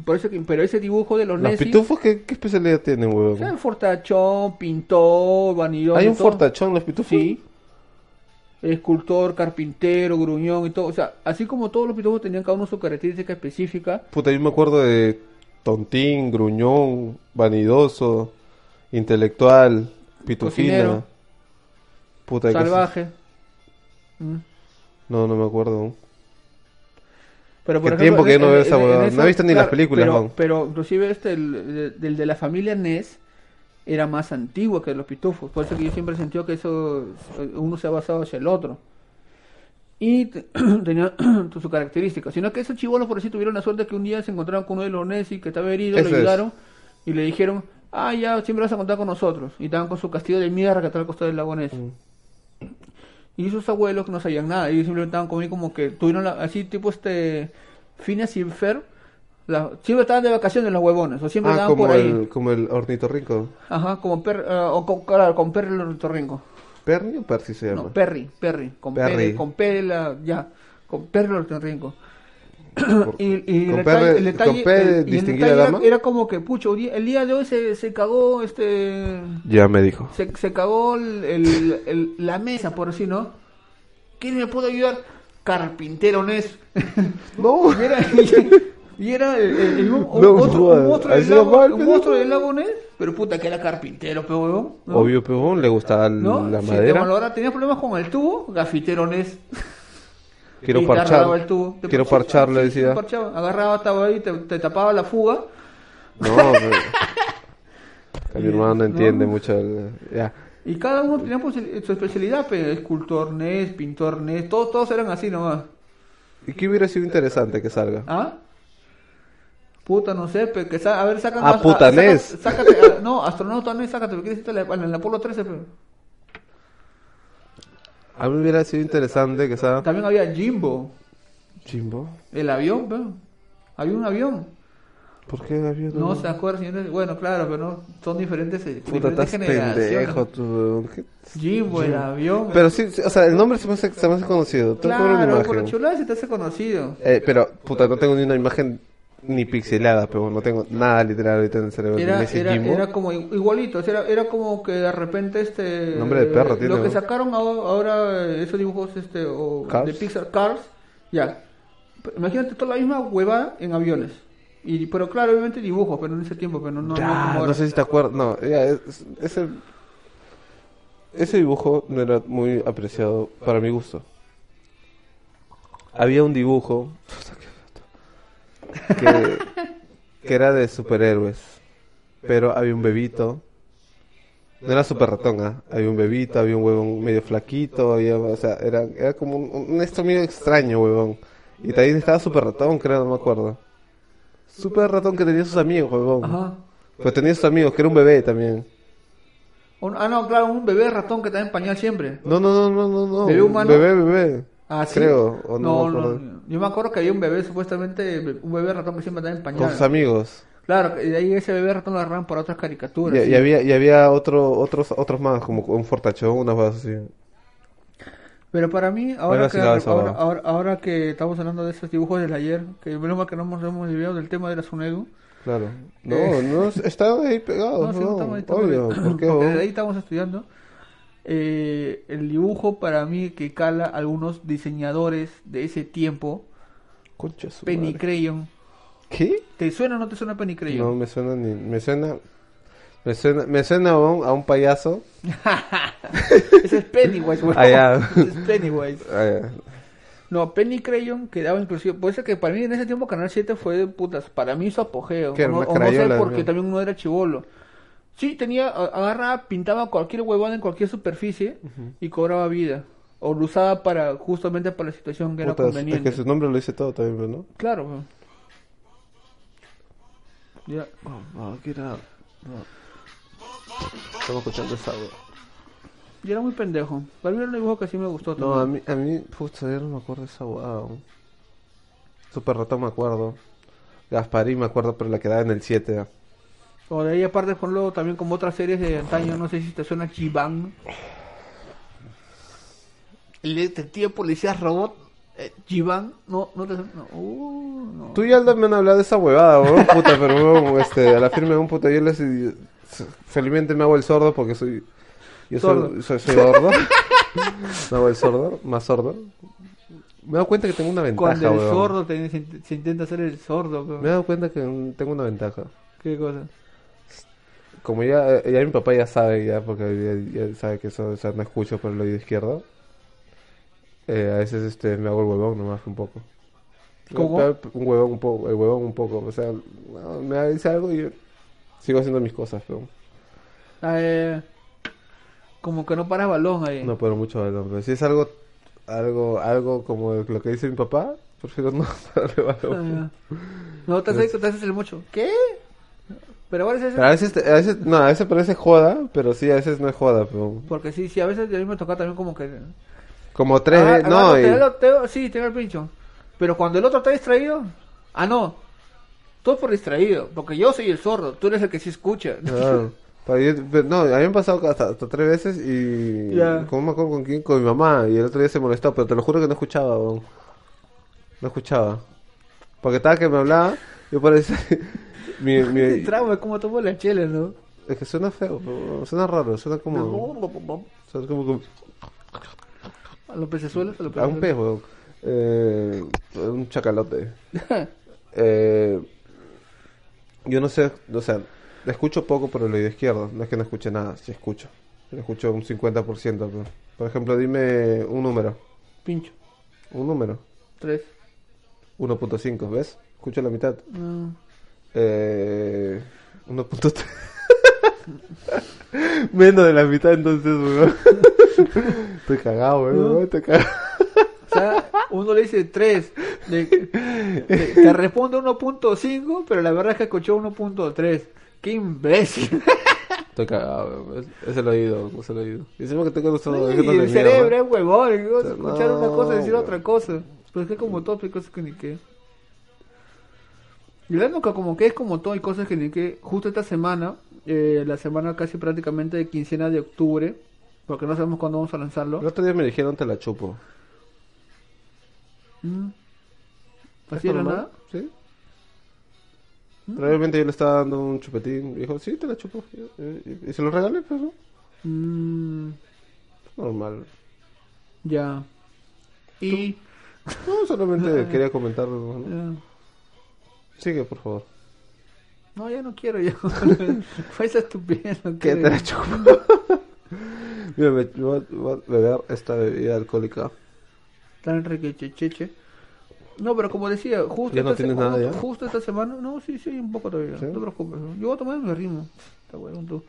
Speaker 1: Por eso que- pero ese dibujo de los
Speaker 2: ¿Los
Speaker 1: Nessie,
Speaker 2: pitufos qué, qué especialidad tienen, huevón?
Speaker 1: era fortachón, pintor, vanidón.
Speaker 2: Hay
Speaker 1: y
Speaker 2: un
Speaker 1: todo.
Speaker 2: fortachón, los pitufos.
Speaker 1: Sí. Escultor, carpintero, gruñón y todo. O sea, así como todos los pitufos tenían cada uno su característica específica.
Speaker 2: Puta, yo me acuerdo de Tontín, Gruñón, Vanidoso, Intelectual, Pitufina.
Speaker 1: Cocinero.
Speaker 2: Puta, ¿qué es eso?
Speaker 1: salvaje. Mm.
Speaker 2: No, no me acuerdo. aún.
Speaker 1: Pero
Speaker 2: Qué tiempo que no veo esa huevada. No he visto ni las películas,
Speaker 1: Pero,
Speaker 2: man.
Speaker 1: pero inclusive este, el, el- del de la familia Ness, era más antiguo que los pitufos. Por eso que yo siempre he sentido que eso eh, uno se ha basado hacia el otro. Y te- tenía su característica. Sino que esos chivolos, por así tuvieron la suerte que un día se encontraron con uno de los Ness y que estaba herido, lo
Speaker 2: Ese es.
Speaker 1: ayudaron y le dijeron, ah, ya, siempre vas a contar con nosotros. Y estaban con su castillo de mierda que estaba al costado del lago Ness.
Speaker 2: Mm.
Speaker 1: Y sus abuelos que no sabían nada, ellos simplemente estaban conmigo como que tuvieron la- así tipo este Finas y Fer, la- siempre estaban de vacaciones los huevones, o siempre
Speaker 2: Ah,
Speaker 1: andaban
Speaker 2: como
Speaker 1: por ahí.
Speaker 2: el, como el ornitorrinco.
Speaker 1: Ajá, como per, ah, o con, claro, con Perry el ornitorrinco.
Speaker 2: ¿Perni o Percy se llama?
Speaker 1: No, Perry, Perry, con
Speaker 2: Perry.
Speaker 1: Perry, con Perry la- ya, con Perry el ornitorrinco.
Speaker 2: Por-
Speaker 1: Y, y
Speaker 2: ¿Con
Speaker 1: el detalle,
Speaker 2: Perry-
Speaker 1: el detalle-
Speaker 2: con Perry
Speaker 1: el- y el
Speaker 2: distinguir
Speaker 1: detalle
Speaker 2: la
Speaker 1: era-
Speaker 2: dama?
Speaker 1: era, como que, pucho, un día- el día de hoy se, se cagó este...
Speaker 2: Ya me dijo.
Speaker 1: Se, se cagó el- el- el- la mesa, por así, ¿no? ¿Quién me pudo ayudar? Carpintero Nes.
Speaker 2: No,
Speaker 1: Y era, y era el, el- el- un, un
Speaker 2: No,
Speaker 1: otro,
Speaker 2: joder.
Speaker 1: un monstruo del
Speaker 2: Así
Speaker 1: lago,
Speaker 2: nomás,
Speaker 1: un
Speaker 2: pero-
Speaker 1: monstruo del lago Ness, pero puta que era carpintero, pe huevón. ¿no?
Speaker 2: obvio, peón, le gustaba l-
Speaker 1: ¿No?
Speaker 2: la
Speaker 1: Sí,
Speaker 2: madera.
Speaker 1: como ahora tenía problemas con el tubo, gafitero Nes.
Speaker 2: Quiero
Speaker 1: Y te agarraba
Speaker 2: parchar.
Speaker 1: el tubo, te
Speaker 2: Quiero
Speaker 1: parchaba,
Speaker 2: parchar, le
Speaker 1: te
Speaker 2: decía.
Speaker 1: parchaba, agarraba, estaba ahí, te, te tapaba la fuga.
Speaker 2: No, pero- mi hermano no entiende mucho. el- Ya.
Speaker 1: Y cada uno tenía pues, el- su especialidad, pe, escultor Nes, pintor Nes, todos, todos eran así nomás.
Speaker 2: ¿Y qué hubiera sido interesante que salga?
Speaker 1: ¿Ah? Puta, no sé, pe, que sa- a ver, sacan
Speaker 2: Ah,
Speaker 1: más-
Speaker 2: puta,
Speaker 1: saca-
Speaker 2: Ness.
Speaker 1: Sácate, ah, no, astronauta Ness, sácate, porque hiciste la- en la Apolo 13, pe.
Speaker 2: A mí hubiera sido interesante que sea
Speaker 1: También había Jimbo,
Speaker 2: Chimbo.
Speaker 1: el avión, pe. Había un avión.
Speaker 2: ¿Por qué David?
Speaker 1: No, se acuerdan, señores? Bueno, claro, pero no, son diferentes, eh,
Speaker 2: Puta,
Speaker 1: diferentes
Speaker 2: estás pendejo, tú. weón. ¿Qué?
Speaker 1: Jimbo, el avión.
Speaker 2: Pero sí, sí, o sea, el nombre se me hace, se me hace conocido. Tengo que ver una
Speaker 1: claro, por la
Speaker 2: imagen.
Speaker 1: chulada se te hace conocido.
Speaker 2: Eh, pero, puta, no tengo ni una imagen ni pixelada, pero no tengo nada literal ahorita en el cerebro.
Speaker 1: Era,
Speaker 2: Me dices
Speaker 1: era,
Speaker 2: Jimbo.
Speaker 1: era como i- igualito, o sea, era, era como que de repente este...
Speaker 2: Nombre de perro
Speaker 1: eh,
Speaker 2: tiene,
Speaker 1: Lo que
Speaker 2: ¿no?
Speaker 1: sacaron aho- ahora, eh, esos dibujos este, o
Speaker 2: Cars.
Speaker 1: de Pixar Cars, ya. P- Imagínate toda la misma huevada en aviones. Y, pero claro, obviamente dibujos, pero en ese tiempo, pero no, no,
Speaker 2: Ya,
Speaker 1: como ahora.
Speaker 2: no sé si te acuerdas. No, ya, es- ese, ese dibujo no era muy apreciado para mi gusto. Había un dibujo que, que era de superhéroes, pero había un bebito. No era super ratón, ¿ah? Había un bebito, había un huevón medio flaquito, había, o sea, era, era como un, un esto medio extraño, huevón. Y también estaba super ratón, creo, no me acuerdo. Super ratón que tenía sus amigos, huevón.
Speaker 1: Ajá.
Speaker 2: Pues tenía sus amigos, que era un bebé también.
Speaker 1: Un- ah, no, claro, un bebé ratón que está en pañal siempre.
Speaker 2: No, no, no, no, no, no.
Speaker 1: ¿Bebé humano?
Speaker 2: Bebé, bebé.
Speaker 1: Ah, ¿sí?
Speaker 2: Creo, o no
Speaker 1: No,
Speaker 2: me acuerdo.
Speaker 1: no, Yo me acuerdo que había un bebé, supuestamente, un bebé ratón que siempre andaba en
Speaker 2: Con
Speaker 1: pañal.
Speaker 2: sus amigos.
Speaker 1: Claro, y de ahí ese bebé ratón lo agarran para otras caricaturas.
Speaker 2: Y, y
Speaker 1: sí.
Speaker 2: había, y había otro, otros, otros más, como un fortachón, unas cosas así.
Speaker 1: Pero para mí,
Speaker 2: Bueno,
Speaker 1: ahora
Speaker 2: sí,
Speaker 1: que,
Speaker 2: la ves
Speaker 1: ahora,
Speaker 2: ahora.
Speaker 1: ahora- ahora que estamos hablando de esos dibujos del ayer, que menos mal que no hemos, hemos desviado del tema de la SUNEDU.
Speaker 2: Claro. No,
Speaker 1: Eh.
Speaker 2: no, estaban ahí
Speaker 1: No,
Speaker 2: pegados,
Speaker 1: sí,
Speaker 2: Oh, no,
Speaker 1: no estamos- estamos
Speaker 2: obvio,
Speaker 1: bien.
Speaker 2: ¿por
Speaker 1: Porque
Speaker 2: qué? no?
Speaker 1: desde ahí estamos estudiando. Eh, el dibujo para mí que cala a algunos diseñadores de ese tiempo,
Speaker 2: Concha su
Speaker 1: Penny
Speaker 2: madre.
Speaker 1: Crayon.
Speaker 2: ¿Qué?
Speaker 1: ¿Te suena o no te suena Penny Crayon?
Speaker 2: No me suena ni, me suena, me suena, me suena a un, a un payaso.
Speaker 1: Ese es Pennywise, güey.
Speaker 2: Ah, ya.
Speaker 1: Ese es Pennywise.
Speaker 2: Ah, ya.
Speaker 1: No, Penny Crayon quedaba inclusive. Por eso que para mí en ese tiempo Canal 7 fue de putas. Para mí su apogeo.
Speaker 2: Que era
Speaker 1: o,
Speaker 2: una
Speaker 1: no- o no sé
Speaker 2: crayola,
Speaker 1: porque
Speaker 2: ¿no?
Speaker 1: también uno era chivolo. Sí, tenía, a- agarraba, pintaba cualquier huevón en cualquier superficie y cobraba vida. O lo usaba para, justamente para la situación que era
Speaker 2: Puta, es
Speaker 1: conveniente.
Speaker 2: que su nombre lo dice todo también, ¿no?
Speaker 1: Claro, weón. Ya.
Speaker 2: No, que era...
Speaker 1: Oh.
Speaker 2: Estamos escuchando esa agua.
Speaker 1: Yo era muy pendejo. Para mí era un dibujo que sí me gustó.
Speaker 2: No,
Speaker 1: también.
Speaker 2: a mí, a mí, puta, yo no me acuerdo de esa guada. Super ratón me acuerdo. Gasparín me acuerdo, pero la que daba en el 7. ah.
Speaker 1: O de ahí aparte con luego también como otras series de antaño, no sé si te suena Chibang. El de este tío policía robot, eh, Chibang, no, no te suena. No, uh, no.
Speaker 2: Tú y Alda me han hablado de esa huevada, weón, puta, pero weón, este, a la firme de un puta, yo les... Felizmente me hago el sordo porque soy... Yo
Speaker 1: Sordo.
Speaker 2: soy, soy, soy sordo. me hago el sordo, más sordo. Me he dado cuenta que tengo una ventaja,
Speaker 1: Cuando el
Speaker 2: weón.
Speaker 1: sordo te- se, int- se intenta hacer el sordo, pero-
Speaker 2: Me he dado cuenta que tengo una ventaja.
Speaker 1: qué cosa.
Speaker 2: Como ya, eh, ya mi papá ya sabe, ya, porque ya, ya sabe que eso, o sea, no escucho por el oído izquierdo. Eh, a veces este, me hago el huevón nomás un poco.
Speaker 1: ¿Cómo?
Speaker 2: Me- me- Un huevón un poco, el huevón un poco. O sea, no, me dice algo y yo sigo haciendo mis cosas, pero
Speaker 1: Ah, eh, como que no paras balón ahí.
Speaker 2: no puedo mucho balón. Pero si es algo, algo, algo como lo que dice mi papá, prefiero no darle balón.
Speaker 1: Ah, ya. no te haces, te haces el mucho. ¿Qué? Pero ahora es eso.
Speaker 2: Pero a veces, te- a veces, no, a veces parece joda, pero sí, a veces no es joda, pero
Speaker 1: Porque sí, sí, a veces a mí me toca también como que
Speaker 2: como tres,
Speaker 1: Ah,
Speaker 2: veces- no,
Speaker 1: agarro,
Speaker 2: y-
Speaker 1: te da lo- te da- sí, te da el pincho. Pero cuando el otro está distraído, ah, no. Tú es por distraído, porque yo soy el sordo, tú eres el que sí escucha.
Speaker 2: Ah, para ir- pero no, a mí me han pasado hasta, hasta tres veces y...
Speaker 1: Ya.
Speaker 2: ¿Cómo me acuerdo con quién? Con mi mamá. Y el otro día se molestó, pero te lo juro que no escuchaba, weón. No escuchaba. Porque estaba que me hablaba, yo parecía... mi, mi-
Speaker 1: Qué trauma, es como tomo la chela, ¿no?
Speaker 2: es que suena feo, weón, suena raro, suena como... Suena como, como-
Speaker 1: A los pecesuelos, a los
Speaker 2: a un pez,
Speaker 1: pecesuelos.
Speaker 2: weón. Eh, un chacalote. Eh, yo no sé, o sea, escucho poco por el oído izquierdo. No es que no escuche nada, sí escucho. Pero Escucho un 50%. pero- Por ejemplo, dime un número.
Speaker 1: Pincho.
Speaker 2: Un número.
Speaker 1: Tres.
Speaker 2: 1.5, ¿ves? Escucho la mitad.
Speaker 1: No.
Speaker 2: Eh, 1.3. Menos de la mitad entonces, weón. Estoy cagado, weón. Estoy cagado.
Speaker 1: O sea, uno le dice tres. le- te, te responde 1.5, pero la verdad es que escuchó 1.3. ¡Qué imbécil!
Speaker 2: Estoy cagado, weón. ah, Es, es el oído, es el oído. Y encima que tengo los
Speaker 1: No,
Speaker 2: ojos
Speaker 1: y
Speaker 2: abiertos de
Speaker 1: el
Speaker 2: mierda.
Speaker 1: cerebro es huevón, ¿no? escuchar
Speaker 2: No,
Speaker 1: una cosa y decir
Speaker 2: weón.
Speaker 1: otra cosa. Pero es que como todo hay cosas que ni qué. Y hablando que como que es como todo hay cosas que ni qué. Justo esta semana, eh, la semana casi prácticamente de quincena de octubre, porque no sabemos cuándo vamos a
Speaker 2: El
Speaker 1: lanzarlo.
Speaker 2: otro día me dijeron te la chupo.
Speaker 1: Mm.
Speaker 2: ¿Es
Speaker 1: ¿Así era
Speaker 2: normal?
Speaker 1: nada?
Speaker 2: Sí. Probablemente yo le estaba dando un chupetín. Y dijo, sí, te la chupo. Y, y- y se lo regalé, pues, ¿no?
Speaker 1: Mm,
Speaker 2: Normal.
Speaker 1: ya. Y... eh,
Speaker 2: No, solamente quería comentarlo. ¿no?
Speaker 1: ya.
Speaker 2: Sigue, por favor.
Speaker 1: No, ya no quiero yo. Fue esa estupidez. no
Speaker 2: ¿Qué
Speaker 1: quiero
Speaker 2: te
Speaker 1: ya.
Speaker 2: la chupo? Mira, me, me voy, a- voy a beber esta bebida alcoólica.
Speaker 1: tan requechecheche. No, pero como decía, justo,
Speaker 2: ¿Ya no
Speaker 1: esta
Speaker 2: tienes
Speaker 1: semana,
Speaker 2: nada ya?
Speaker 1: justo esta semana, no, sí, sí, un poco todavía,
Speaker 2: ¿Sí?
Speaker 1: no te preocupes. ¿no? Yo voy a tomar mi ritmo. Está bueno, tú.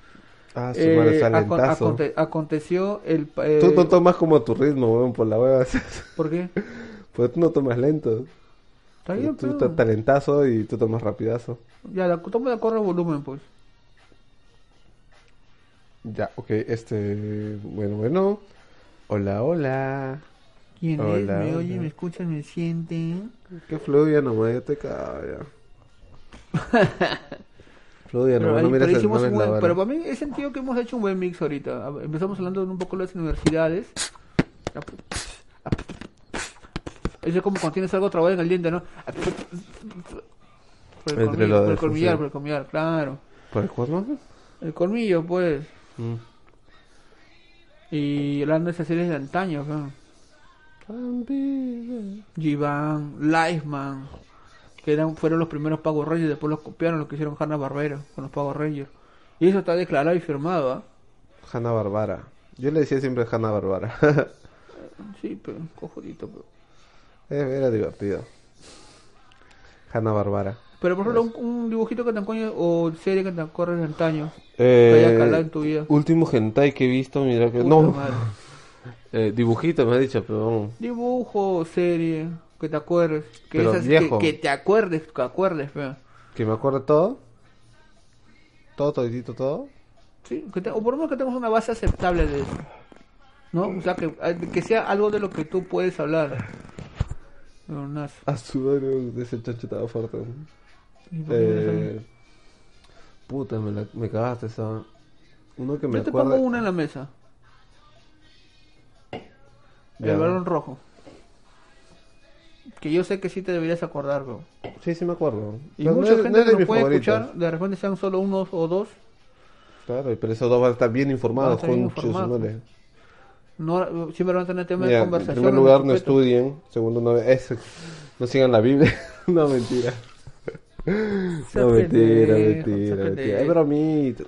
Speaker 2: Ah, su
Speaker 1: Eh,
Speaker 2: madre,
Speaker 1: acon-
Speaker 2: salentazo.
Speaker 1: aconte- aconteció el... pa- eh,
Speaker 2: Tú no tomas como a tu ritmo, weón, por la hueva.
Speaker 1: ¿Por qué?
Speaker 2: Porque tú no tomas lento.
Speaker 1: Está bien,
Speaker 2: tú
Speaker 1: pero-
Speaker 2: estás talentazo y tú tomas rapidazo.
Speaker 1: Ya, la, toma de acuerdo al volumen, pues.
Speaker 2: Ya, ok, este, bueno, bueno. Hola, hola.
Speaker 1: ¿Quién es?
Speaker 2: Hola,
Speaker 1: ¿Me oye?
Speaker 2: hola.
Speaker 1: ¿Me escucha? ¿Me siente?
Speaker 2: Que fluya nomás, ya te cabia. fluya
Speaker 1: Pero,
Speaker 2: nomás,
Speaker 1: ahí-
Speaker 2: no mires
Speaker 1: pero
Speaker 2: el
Speaker 1: hicimos
Speaker 2: no
Speaker 1: un
Speaker 2: en la
Speaker 1: buen- pero
Speaker 2: vara.
Speaker 1: para mí he sentido que hemos hecho un buen mix ahorita. A- Empezamos hablando un poco de las universidades. Eso es como cuando tienes algo trabado en el diente, ¿no? Por el colmillo,
Speaker 2: Entre los
Speaker 1: por el
Speaker 2: dedos,
Speaker 1: colmillar,
Speaker 2: sí.
Speaker 1: por el colmillar, claro.
Speaker 2: ¿Por el cuerno?
Speaker 1: El colmillo, pues.
Speaker 2: Mm.
Speaker 1: Y hablando de esas series de antaño, ¿no? G-Van, Lifeman, que eran, fueron los primeros Pagos Reyes, después los copiaron, lo que hicieron Hanna Barbera con los Pagos Reyes. Y eso está declarado y firmado, ¿ah?
Speaker 2: Hanna Barbara. Yo le decía siempre Hanna Barbara.
Speaker 1: Sí, pero cojudito. Pero,
Speaker 2: Eh, Era divertido. Hanna Barbara.
Speaker 1: pero por ejemplo, un, un dibujito que te encuentres o serie que te acuerdas de antaño, que haya calado en
Speaker 2: Eh,
Speaker 1: tu vida.
Speaker 2: último hentai que he visto, mira que...
Speaker 1: Puta
Speaker 2: No,
Speaker 1: madre.
Speaker 2: eh, dibujito me ha dicho, pero vamos.
Speaker 1: Dibujo, serie, que te acuerdes. Que,
Speaker 2: Pero
Speaker 1: esas- que,
Speaker 2: viejo.
Speaker 1: que te acuerdes, que acuerdes, fea.
Speaker 2: que me acuerdo todo. Todo, toditito, todo.
Speaker 1: Sí, que te- o por lo menos que tengas una base aceptable de eso. ¿No? O sea, que, eh, que sea algo de lo que tú puedes hablar. Leonazo.
Speaker 2: A su madre, ese chancho estaba fuerte.
Speaker 1: ¿Y por qué no sabes?
Speaker 2: Eh, puta, me, la- me cagaste esa. Uno que me
Speaker 1: Yo te
Speaker 2: acuerda-
Speaker 1: pongo una en la mesa.
Speaker 2: Ya.
Speaker 1: El balón rojo. Que yo sé que sí te deberías acordar, bro.
Speaker 2: Sí, sí me acuerdo.
Speaker 1: Y
Speaker 2: Pero no
Speaker 1: mucha
Speaker 2: es- no
Speaker 1: gente
Speaker 2: es de
Speaker 1: que
Speaker 2: mis
Speaker 1: lo puede
Speaker 2: favoritos.
Speaker 1: escuchar, de repente sean solo unos o dos.
Speaker 2: Claro, pero esos dos van a estar bien
Speaker 1: Van a
Speaker 2: informados,
Speaker 1: estar bien
Speaker 2: conchos,
Speaker 1: informados.
Speaker 2: madre.
Speaker 1: No, siempre van a tener tema
Speaker 2: Mira,
Speaker 1: de
Speaker 2: en
Speaker 1: conversación.
Speaker 2: primer lugar, no
Speaker 1: respeto.
Speaker 2: estudien. Segundo, no, ve- eso, no sigan la Biblia. no, mentira.
Speaker 1: Sea
Speaker 2: No, mentira,
Speaker 1: pendejo,
Speaker 2: mentira,
Speaker 1: sea
Speaker 2: mentira.
Speaker 1: pendejo.
Speaker 2: Es bromito.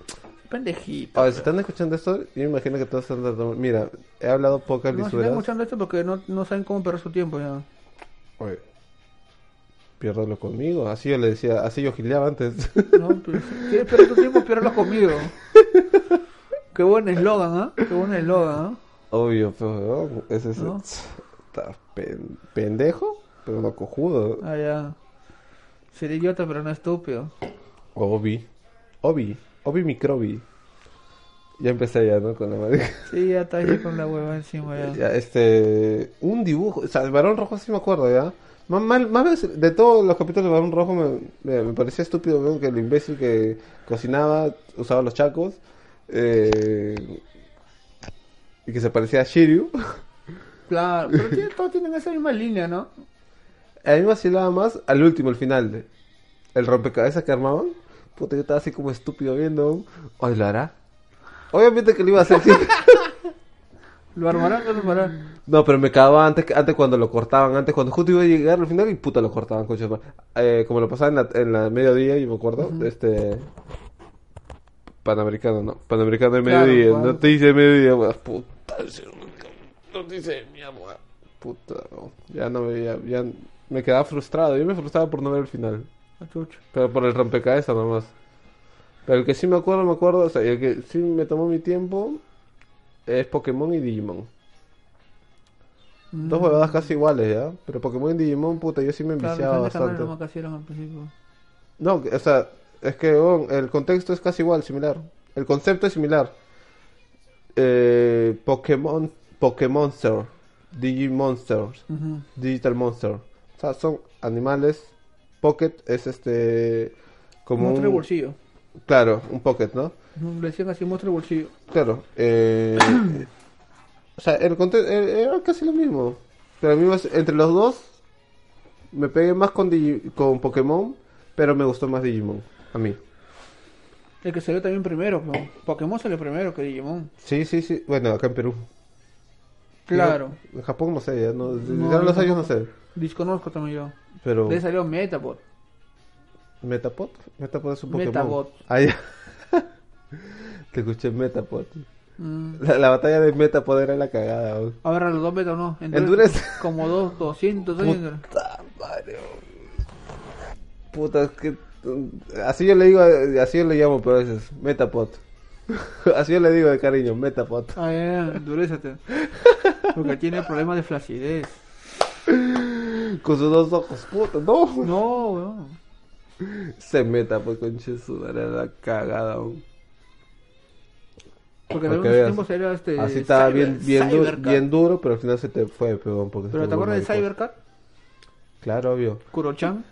Speaker 1: Pendejito.
Speaker 2: A ver, si están escuchando esto, yo me imagino que todos están tratando... Mira, he hablado pocas
Speaker 1: No, si están
Speaker 2: lisuras.
Speaker 1: escuchando esto porque no, no saben cómo perder su tiempo ya.
Speaker 2: Oye, piérdalo conmigo. Así yo le decía, así yo gileaba antes.
Speaker 1: No, pues, quieres perder tu tiempo, piérdelo conmigo. Qué buen eslogan, ¿ah? Qué buen eslogan, ¿ah?
Speaker 2: Obvio, pues, weón, ese es...
Speaker 1: ¿No?
Speaker 2: Está pen- pendejo, pero no cojudo.
Speaker 1: Ah, ya. Ser idiota, pero no estúpido.
Speaker 2: Obi. Obi. Obi microbi. Ya empecé ya, ¿no? Con la madre.
Speaker 1: Sí, ya está ahí con la hueva encima ya.
Speaker 2: Ya, este... Un dibujo. O sea, el varón rojo sí me acuerdo, ¿ya? Más, mal, más veces- de todos los capítulos de Barón Rojo me, me, me parecía estúpido weón, que el imbécil que cocinaba usaba los chacos eh, y que se parecía a Shiryu.
Speaker 1: Claro, pero tiene- todos tienen esa misma línea, ¿no?
Speaker 2: A mí me vacilaba más al último, el final. de- el rompecabezas que armaban. Puta, yo estaba así como estúpido viendo. ¿Hoy lo hará? Obviamente que lo iba a hacer. sí.
Speaker 1: Lo armarán, no lo armarán.
Speaker 2: No, pero me cagaba antes, que- antes cuando lo cortaban. Antes cuando justo iba a llegar al final y puta lo cortaban, coche. de madre. Eh, como lo pasaba en la, en la mediodía, yo me acuerdo. Este. Panamericano, no. Panamericano de
Speaker 1: Claro,
Speaker 2: mediodía.
Speaker 1: Juan.
Speaker 2: no te dice mediodía, weón. Puta. No te dice mierda. Puta. no. Ya no veía. Ya me quedaba frustrado. Yo me frustraba por no ver el final.
Speaker 1: Ah, chucha.
Speaker 2: Pero por el rompecabezas nomás. Pero el que sí me acuerdo, me acuerdo, o sea, el que sí me tomó mi tiempo es Pokémon y Digimon. Dos huevadas casi iguales, ¿ya? Pero Pokémon y Digimon, puta, yo sí me
Speaker 1: Mm. Claro,
Speaker 2: enviciaba
Speaker 1: dejan de
Speaker 2: bastante.
Speaker 1: cambiar lo que hicieron al principio.
Speaker 2: No, que- o sea, es que weón, el contexto es casi igual, similar. El concepto es similar. Eh, Pokémon, Pokémonster, Digimonsters,
Speaker 1: Ujú.
Speaker 2: Digital Monster. O sea, son animales. Pocket es este. Como
Speaker 1: Muestra el
Speaker 2: un,
Speaker 1: bolsillo.
Speaker 2: Claro, un pocket, ¿no?
Speaker 1: Ujú, Le decían así, muestra el bolsillo.
Speaker 2: Claro. eh, o sea, el conte- el- era casi lo mismo. Pero a mí más- entre los dos me pegué más con, Digi- con Pokémon, pero me gustó más Digimon. A mí.
Speaker 1: El que salió también primero, po. Pokémon salió primero que Digimon.
Speaker 2: Sí, sí, sí. Bueno, acá en Perú.
Speaker 1: Claro.
Speaker 2: En Japón no sé, ya no,
Speaker 1: No,
Speaker 2: ya los
Speaker 1: yo
Speaker 2: años no sé.
Speaker 1: Desconozco también yo.
Speaker 2: Pero
Speaker 1: De ahí salió Metabot.
Speaker 2: Metapod, Metapod es un Pokémon.
Speaker 1: Metabot.
Speaker 2: Ah, ya. Te escuché Metapod.
Speaker 1: Mm.
Speaker 2: La, la batalla de Metapod era la cagada. weón.
Speaker 1: Ahora los dos metas no.
Speaker 2: Endurece.
Speaker 1: Como dos, 200 años.
Speaker 2: Puta madre. Puta, es que. mm, Así yo le digo, eh, así yo le llamo, pero a veces, Metapod. Así yo le digo de cariño, Metapod.
Speaker 1: Ah, ya, endurézate. Porque tiene problemas de flacidez.
Speaker 2: Con sus dos ojos, puta, no. pues,
Speaker 1: No, weón.
Speaker 2: Se Metapod, conche su madre, la cagada. weón.
Speaker 1: Por porque en
Speaker 2: Para que
Speaker 1: algunos
Speaker 2: veas.
Speaker 1: tiempos era este.
Speaker 2: Así estaba
Speaker 1: Cyber-
Speaker 2: bien, bien, du-
Speaker 1: Cybercat.
Speaker 2: bien duro, pero al final se te fue, perdón. Porque
Speaker 1: Pero
Speaker 2: estuvo
Speaker 1: ¿te acuerdas de
Speaker 2: maricón.
Speaker 1: Cybercat?
Speaker 2: Claro, obvio.
Speaker 1: Kurochan.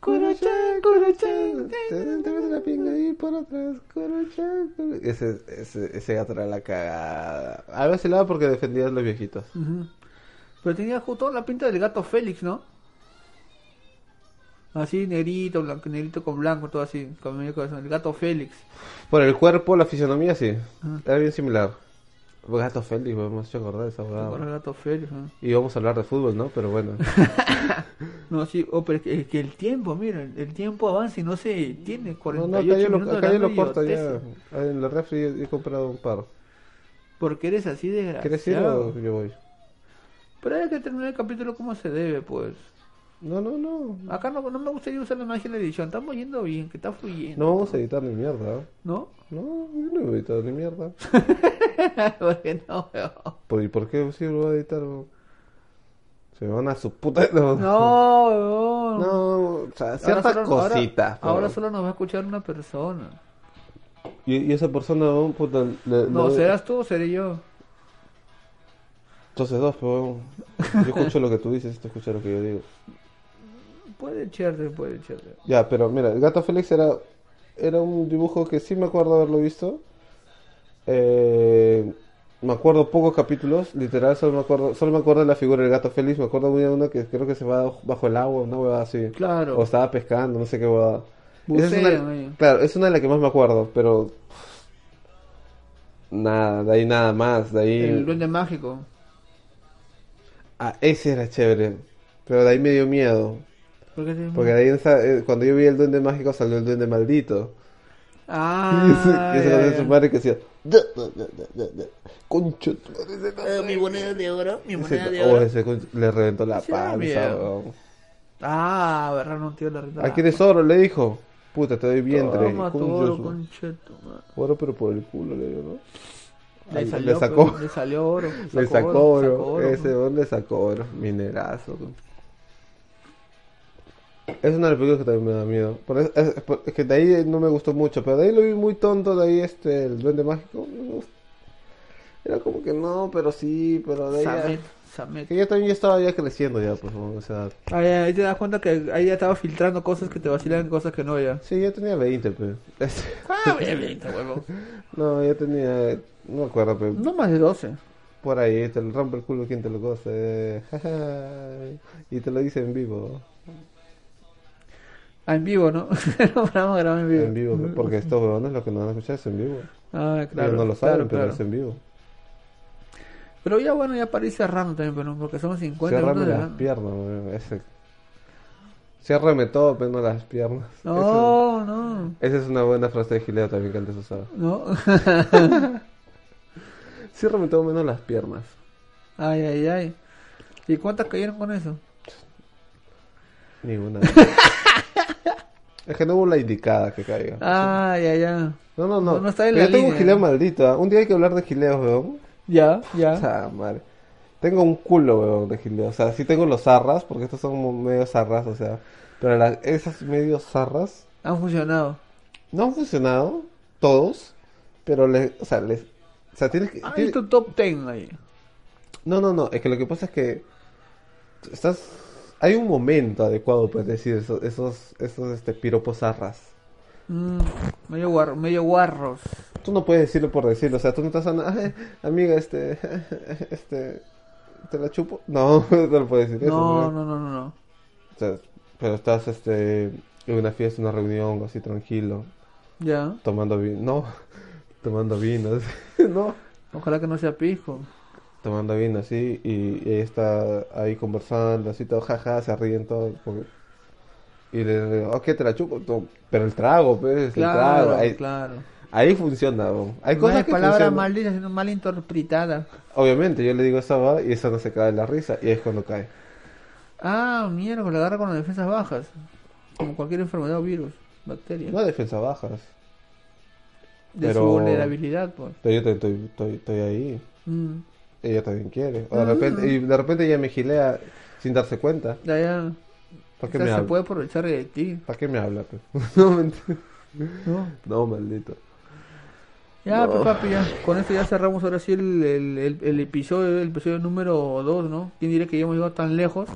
Speaker 2: Corochan, corochan, te te mete la pinga ahí por atrás, corochan. corochan. Ese, ese, ese gato era la cagada. A veces le daba porque defendía a los viejitos.
Speaker 1: Ujú. Pero tenía ju- toda la pinta del gato Félix, ¿no? Así, negrito, blanco, negrito con blanco, todo así. con medio corazón. El gato Félix.
Speaker 2: Por el cuerpo, la fisionomía, sí.
Speaker 1: Ajá.
Speaker 2: Era bien similar. Gato Félix, me hemos hecho acordar de esa
Speaker 1: ¿Te acuerdas
Speaker 2: abogada.
Speaker 1: del gato Félix? no?
Speaker 2: Y vamos a hablar de fútbol, ¿no? Pero bueno.
Speaker 1: No, sí, oh, pero es que, es que el tiempo, mira, el, el tiempo avanza y no se tiene
Speaker 2: No,
Speaker 1: 48
Speaker 2: no, acá yo lo,
Speaker 1: minutos
Speaker 2: acá yo lo
Speaker 1: hablando
Speaker 2: corto ya.
Speaker 1: idioteces.
Speaker 2: En la refri he, he comprado un par.
Speaker 1: Porque eres así
Speaker 2: ¿Quieres ir
Speaker 1: desgraciado.
Speaker 2: o yo voy?
Speaker 1: Pero hay que terminar el capítulo como se debe, pues.
Speaker 2: No, no, no.
Speaker 1: Acá no, no me gustaría usar la magia de la edición. Estamos yendo bien, que está fluyendo.
Speaker 2: No vamos a editar ni mierda. ¿eh?
Speaker 1: ¿No?
Speaker 2: No, yo no voy a editar ni mierda.
Speaker 1: Porque no, weón.
Speaker 2: ¿Por, Pues, ¿Y por qué sí lo voy a editar? weón? Se me van a su puta... No,
Speaker 1: No, weón.
Speaker 2: No, o sea,
Speaker 1: Ahora
Speaker 2: ciertas
Speaker 1: solo- ahora-
Speaker 2: cositas.
Speaker 1: Ahora,
Speaker 2: pero-
Speaker 1: solo nos va a escuchar una persona.
Speaker 2: y, y esa persona, weón, puta... le-
Speaker 1: No,
Speaker 2: le-
Speaker 1: serás tú o seré yo.
Speaker 2: Entonces dos, pero weón, yo escucho lo que tú dices, tú escuchas lo que yo digo.
Speaker 1: Puede echarte, puede echarte.
Speaker 2: Ya, pero mira, el gato Félix era, era un dibujo que sí me acuerdo haberlo visto. Eh, me acuerdo pocos capítulos, literal, solo me acuerdo, solo me acuerdo de la figura del gato Félix, me acuerdo muy de una que creo que se va bajo el agua, una huevada así.
Speaker 1: Claro.
Speaker 2: O estaba pescando, no sé qué huevada. Esa es
Speaker 1: Bucea,
Speaker 2: una-
Speaker 1: medio.
Speaker 2: claro, es una de las que más me acuerdo, pero nada, de ahí nada más, de ahí
Speaker 1: El duende mágico.
Speaker 2: ah, ese era chévere, pero de ahí me dio miedo.
Speaker 1: ¿Por qué te-
Speaker 2: Porque de ahí en esa- eh, cuando yo vi el duende mágico salió el duende maldito. Y ese,
Speaker 1: Ah,
Speaker 2: y ese
Speaker 1: ya,
Speaker 2: con
Speaker 1: ya.
Speaker 2: su madre que decía, "Da, da, da, da, da, da". concho, tu madre, ese no".
Speaker 1: Eh, mi moneda de oro, mi
Speaker 2: Ese-
Speaker 1: moneda de
Speaker 2: oh,
Speaker 1: oro.
Speaker 2: ese concho- le reventó la
Speaker 1: Sí, da
Speaker 2: panza,
Speaker 1: miedo.
Speaker 2: weón.
Speaker 1: Ah, agarraron un tío de la renta.
Speaker 2: ¿A quién es oro? Le dijo, puta, te doy vientre.
Speaker 1: Toma tu
Speaker 2: Concho
Speaker 1: oro,
Speaker 2: su-
Speaker 1: concha de tu madre.
Speaker 2: Oro, pero por el culo, le digo, ¿no?
Speaker 1: Le
Speaker 2: Al-
Speaker 1: salió,
Speaker 2: sacó,
Speaker 1: pues, le salió oro.
Speaker 2: le sacó oro,
Speaker 1: sacó oro, pues.
Speaker 2: ese
Speaker 1: ¿no?
Speaker 2: weón le sacó oro, minerazo. weón. Es una de las películas que también me da miedo. Por eso- es, es por- es que de ahí no me gustó mucho, pero de ahí lo vi muy tonto, de ahí este, el duende mágico. me gustó. Era como que no, pero sí, pero de ahí... ya-
Speaker 1: Samet, Samet.
Speaker 2: Que yo también ya estaba ya creciendo ya, pues, weón, o sea...
Speaker 1: Ah, ya, ahí te das cuenta que ahí ya estaba filtrando cosas que te vacilan y cosas que no, ya.
Speaker 2: Sí, yo tenía 20, pero...
Speaker 1: Ah, obviamente, huevón.
Speaker 2: no, yo tenía... No me acuerdo, pero...
Speaker 1: No más de 12.
Speaker 2: Por ahí, te lo rompe el culo quien te lo goce. y te lo dice en vivo.
Speaker 1: Ah, en vivo, ¿no? no vamos a grabar en vivo.
Speaker 2: En vivo, porque estos huevones lo que nos van a escuchar es en vivo.
Speaker 1: Ah, Mm, claro.
Speaker 2: Ellos no
Speaker 1: claro,
Speaker 2: lo saben, pero
Speaker 1: claro.
Speaker 2: es en vivo.
Speaker 1: Pero ya bueno, ya para ir cerrando también, pero porque somos 50
Speaker 2: Ciérrame
Speaker 1: minutos de
Speaker 2: las
Speaker 1: la-
Speaker 2: piernas, weón, ese. Ciérrame todo, pero no las piernas. Esa-
Speaker 1: No, no.
Speaker 2: Esa es una buena frase de Gileo también que antes usaba.
Speaker 1: No.
Speaker 2: Ciérrame todo menos las piernas.
Speaker 1: ay, ay, ay. ¿Y cuántas cayeron con eso?
Speaker 2: Ninguna. es que no hubo la indicada que caiga.
Speaker 1: Ay, ay, ay.
Speaker 2: No, no, no.
Speaker 1: Ah, No, no está en
Speaker 2: Pero
Speaker 1: la
Speaker 2: yo tengo un
Speaker 1: línea.
Speaker 2: gileo maldito. ¿ah? Un día hay que hablar de gileos, weón.
Speaker 1: Ya, ya.
Speaker 2: Puta madre. Tengo un culo, weón, de gileo. O sea, sí tengo los zarras, porque estos son mo- medio zarras, o sea. Pero las- esas medio zarras
Speaker 1: Han funcionado.
Speaker 2: no han funcionado, todos. Pero les, o sea, les. O sea, tienes que.
Speaker 1: Ahí
Speaker 2: tienes-
Speaker 1: tu top 10 ahí.
Speaker 2: No, no, no. Es que lo que pasa es que. Estás. Hay un momento adecuado para decir esos, esos, esos este, piropos zarras.
Speaker 1: Mm, medio, guarro, medio guarros.
Speaker 2: Tú no puedes decirlo por decirlo, o sea, tú no estás hablando, "Ay, amiga, este, este, te la chupo. No, no lo puedes decir eso.
Speaker 1: No,
Speaker 2: pero-
Speaker 1: no, no, no, no.
Speaker 2: O sea, pero estás este en una fiesta, una reunión, así tranquilo,
Speaker 1: Ya.
Speaker 2: tomando vino, no, tomando vino, así, no,
Speaker 1: Ojalá que no sea pisco.
Speaker 2: tomando vino así y, y ahí está ahí conversando, así todo jaja, se ríen todos porque- y le digo, "Ok, te la chupo, no, pero el trago, pues, el
Speaker 1: Claro,
Speaker 2: trago, ahí,
Speaker 1: claro.
Speaker 2: ahí funciona, bro. hay
Speaker 1: No
Speaker 2: cosas
Speaker 1: es
Speaker 2: que
Speaker 1: palabra
Speaker 2: funcionan.
Speaker 1: mal dicha, sino mal interpretada.
Speaker 2: Obviamente, yo le digo esa va y esa no se cae de la risa y ahí es cuando cae.
Speaker 1: Ah, mierda, lo agarra con las defensas bajas. Como cualquier enfermedad o virus, bacteria.
Speaker 2: No defensa bajas,
Speaker 1: de
Speaker 2: pero-
Speaker 1: su vulnerabilidad, pues.
Speaker 2: pero yo también estoy, estoy, estoy ahí.
Speaker 1: Mm.
Speaker 2: Ella también quiere. O de repente, y de repente ella me gilea sin darse cuenta.
Speaker 1: Ya, ya.
Speaker 2: ¿Para qué
Speaker 1: O sea,
Speaker 2: me
Speaker 1: se
Speaker 2: habla?
Speaker 1: puede aprovechar de ti.
Speaker 2: ¿Para qué me habla? pe? pues? no, mentira.
Speaker 1: ¿no?
Speaker 2: No, maldito.
Speaker 1: Ya,
Speaker 2: No.
Speaker 1: pues, papi, ya. Con esto ya cerramos ahora sí el, el, el- el episodio, el episodio número 2, ¿no? ¿Quién diría que ya hemos llegado tan lejos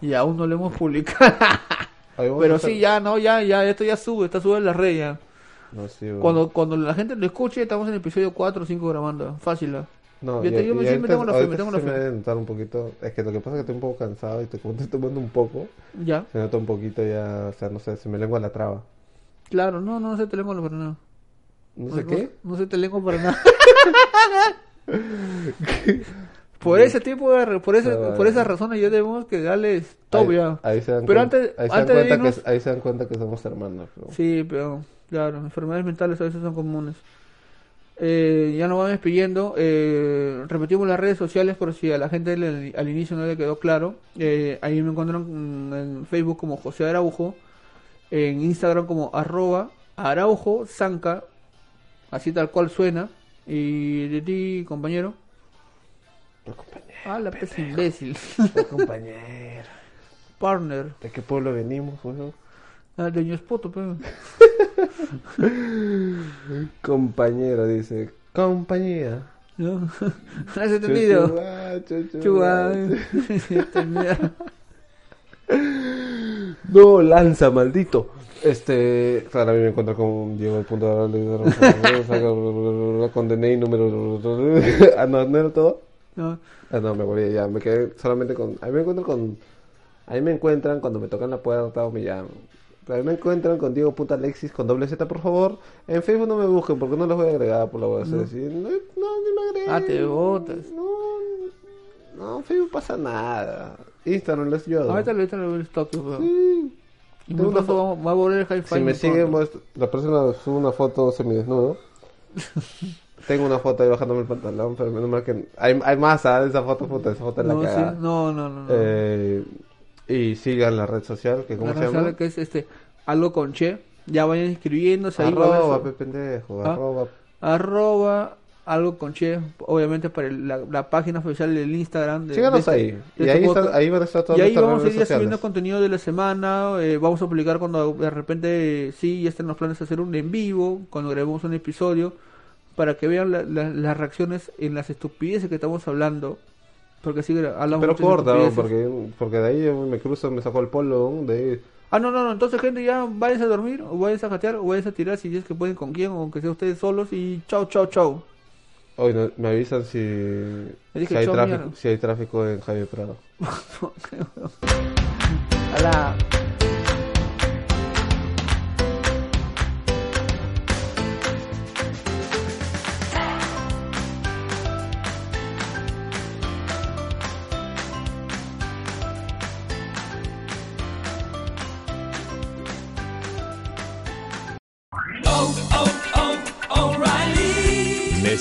Speaker 1: y aún no lo hemos publicado?
Speaker 2: Ahí vamos a
Speaker 1: Pero
Speaker 2: hacer-
Speaker 1: sí, ya, no, ya, ya, esto ya sube, está sube en la red ya.
Speaker 2: No, sí, güey.
Speaker 1: Cuando, cuando la gente lo escuche, estamos en el episodio 4 o 5 grabando. Fácil, ¿ah?
Speaker 2: No,
Speaker 1: yo te- yo sí me
Speaker 2: ahorita-
Speaker 1: tengo la fe, me
Speaker 2: ahorita
Speaker 1: tengo la
Speaker 2: sí
Speaker 1: fe.
Speaker 2: me debe notar un poquito. Es que lo que pasa es que estoy un poco cansado y te, como te estoy tomando un poco,
Speaker 1: Ya.
Speaker 2: se nota un poquito ya, o sea, no sé, se me lengua la traba.
Speaker 1: Claro, no, no, no se te lengua para nada.
Speaker 2: No sé qué.
Speaker 1: Pues No, se te lengua para nada. por ese tipo de... re- Por, ese,
Speaker 2: Ah, vale.
Speaker 1: por esas razones yo debemos que darles top
Speaker 2: Ahí-
Speaker 1: ya.
Speaker 2: Ahí, se dan
Speaker 1: Pero
Speaker 2: cuen-
Speaker 1: antes-
Speaker 2: ahí se
Speaker 1: antes
Speaker 2: dan
Speaker 1: de
Speaker 2: cuenta
Speaker 1: irnos-
Speaker 2: que, ahí se dan cuenta que somos hermanos. pero-
Speaker 1: Sí, pero claro, enfermedades mentales a veces son comunes. Eh, ya nos vamos despidiendo. Eh, repetimos las redes sociales por si a la gente le- al inicio no le quedó claro. Eh, ahí me encuentran mm, en Facebook como José Araujo, en Instagram como arroba Araujo Zanca, así tal cual suena. Y de ti, compañero.
Speaker 2: Pero compañero,
Speaker 1: Ah, la pez imbécil.
Speaker 2: pero compañero.
Speaker 1: Partner.
Speaker 2: ¿De qué pueblo venimos, weón?
Speaker 1: Ah, de Ñospoto, pe.
Speaker 2: Compañero, dice. Compañera.
Speaker 1: ¿No? ¿Has entendido?
Speaker 2: Chuchuá, chuchuá.
Speaker 1: Chua. Este,
Speaker 2: No, lanza, maldito. Este, claro, a mí me encuentro con Diego el punto de hablar con DNI número. Ah, no, no era todo.
Speaker 1: No,
Speaker 2: Ah, no, me volví ya, me quedé solamente con. A mí me encuentro con. A mí me encuentran cuando me tocan la puerta o me llaman. A mí me encuentran con Diego Punta Alexis con doble Z, por favor. En Facebook no me busquen porque no los voy a agregar por la voy a hacer así. No, no, no me agreguen.
Speaker 1: Ah, te botas.
Speaker 2: No, no, en Facebook pasa nada. Instagram les yo.
Speaker 1: Ahorita lo ahorita lo veo el stock, yo creo.
Speaker 2: Sí.
Speaker 1: Y muy
Speaker 2: Tengo una
Speaker 1: pronto vamos- va a volver el hi-fi.
Speaker 2: Si me
Speaker 1: muy
Speaker 2: siguen,
Speaker 1: pronto.
Speaker 2: muest- la próxima subo una foto semidesnudo. Tengo una foto ahí bajándome el pantalón, pero menos mal que. Hay, hay más, ¿ah? Esa foto, puta, esa foto es la
Speaker 1: no, sí,
Speaker 2: cagada.
Speaker 1: no, no, no. no.
Speaker 2: Eh, y sigan la red social, que ¿cómo
Speaker 1: La
Speaker 2: se
Speaker 1: razón
Speaker 2: llama?
Speaker 1: que es este, algo con che. Ya vayan inscribiéndose ahí. va a haber
Speaker 2: Arroba,
Speaker 1: su-
Speaker 2: pe pendejo,
Speaker 1: ¿Ah?
Speaker 2: arroba.
Speaker 1: arroba algo con che. Obviamente para el- la, la página oficial del Instagram. De,
Speaker 2: Síganos
Speaker 1: de este-
Speaker 2: ahí.
Speaker 1: de
Speaker 2: Y
Speaker 1: este
Speaker 2: ahí,
Speaker 1: podcast.
Speaker 2: están- ahí van a estar todas
Speaker 1: Y ahí
Speaker 2: nuestras
Speaker 1: vamos a
Speaker 2: redes
Speaker 1: ir ya
Speaker 2: sociales.
Speaker 1: subiendo contenido de la semana. eh, vamos a publicar cuando de repente eh, sí, ya estén los planes de hacer un en vivo, cuando grabemos un episodio, para que vean la- la- las reacciones en las estupideces que estamos hablando. Porque sí, gra- hablamos
Speaker 2: Pero
Speaker 1: muchas
Speaker 2: corta, ¿no?
Speaker 1: estupideces.
Speaker 2: porque, porque de ahí yo me cruzo, me saco el polo, ¿no? de ahí.
Speaker 1: Ah, no, no, no. Entonces, gente, ya váyanse a dormir, o váyanse a jatear, o váyanse a tirar si es que pueden con quién, o aunque sea ustedes solos. Y chau, chau, chau.
Speaker 2: Hoy no- me avisan si,
Speaker 1: dije,
Speaker 2: si, hay
Speaker 1: chao,
Speaker 2: tráfico,
Speaker 1: mierda.
Speaker 2: si hay tráfico en Javier Prado.
Speaker 1: Alá.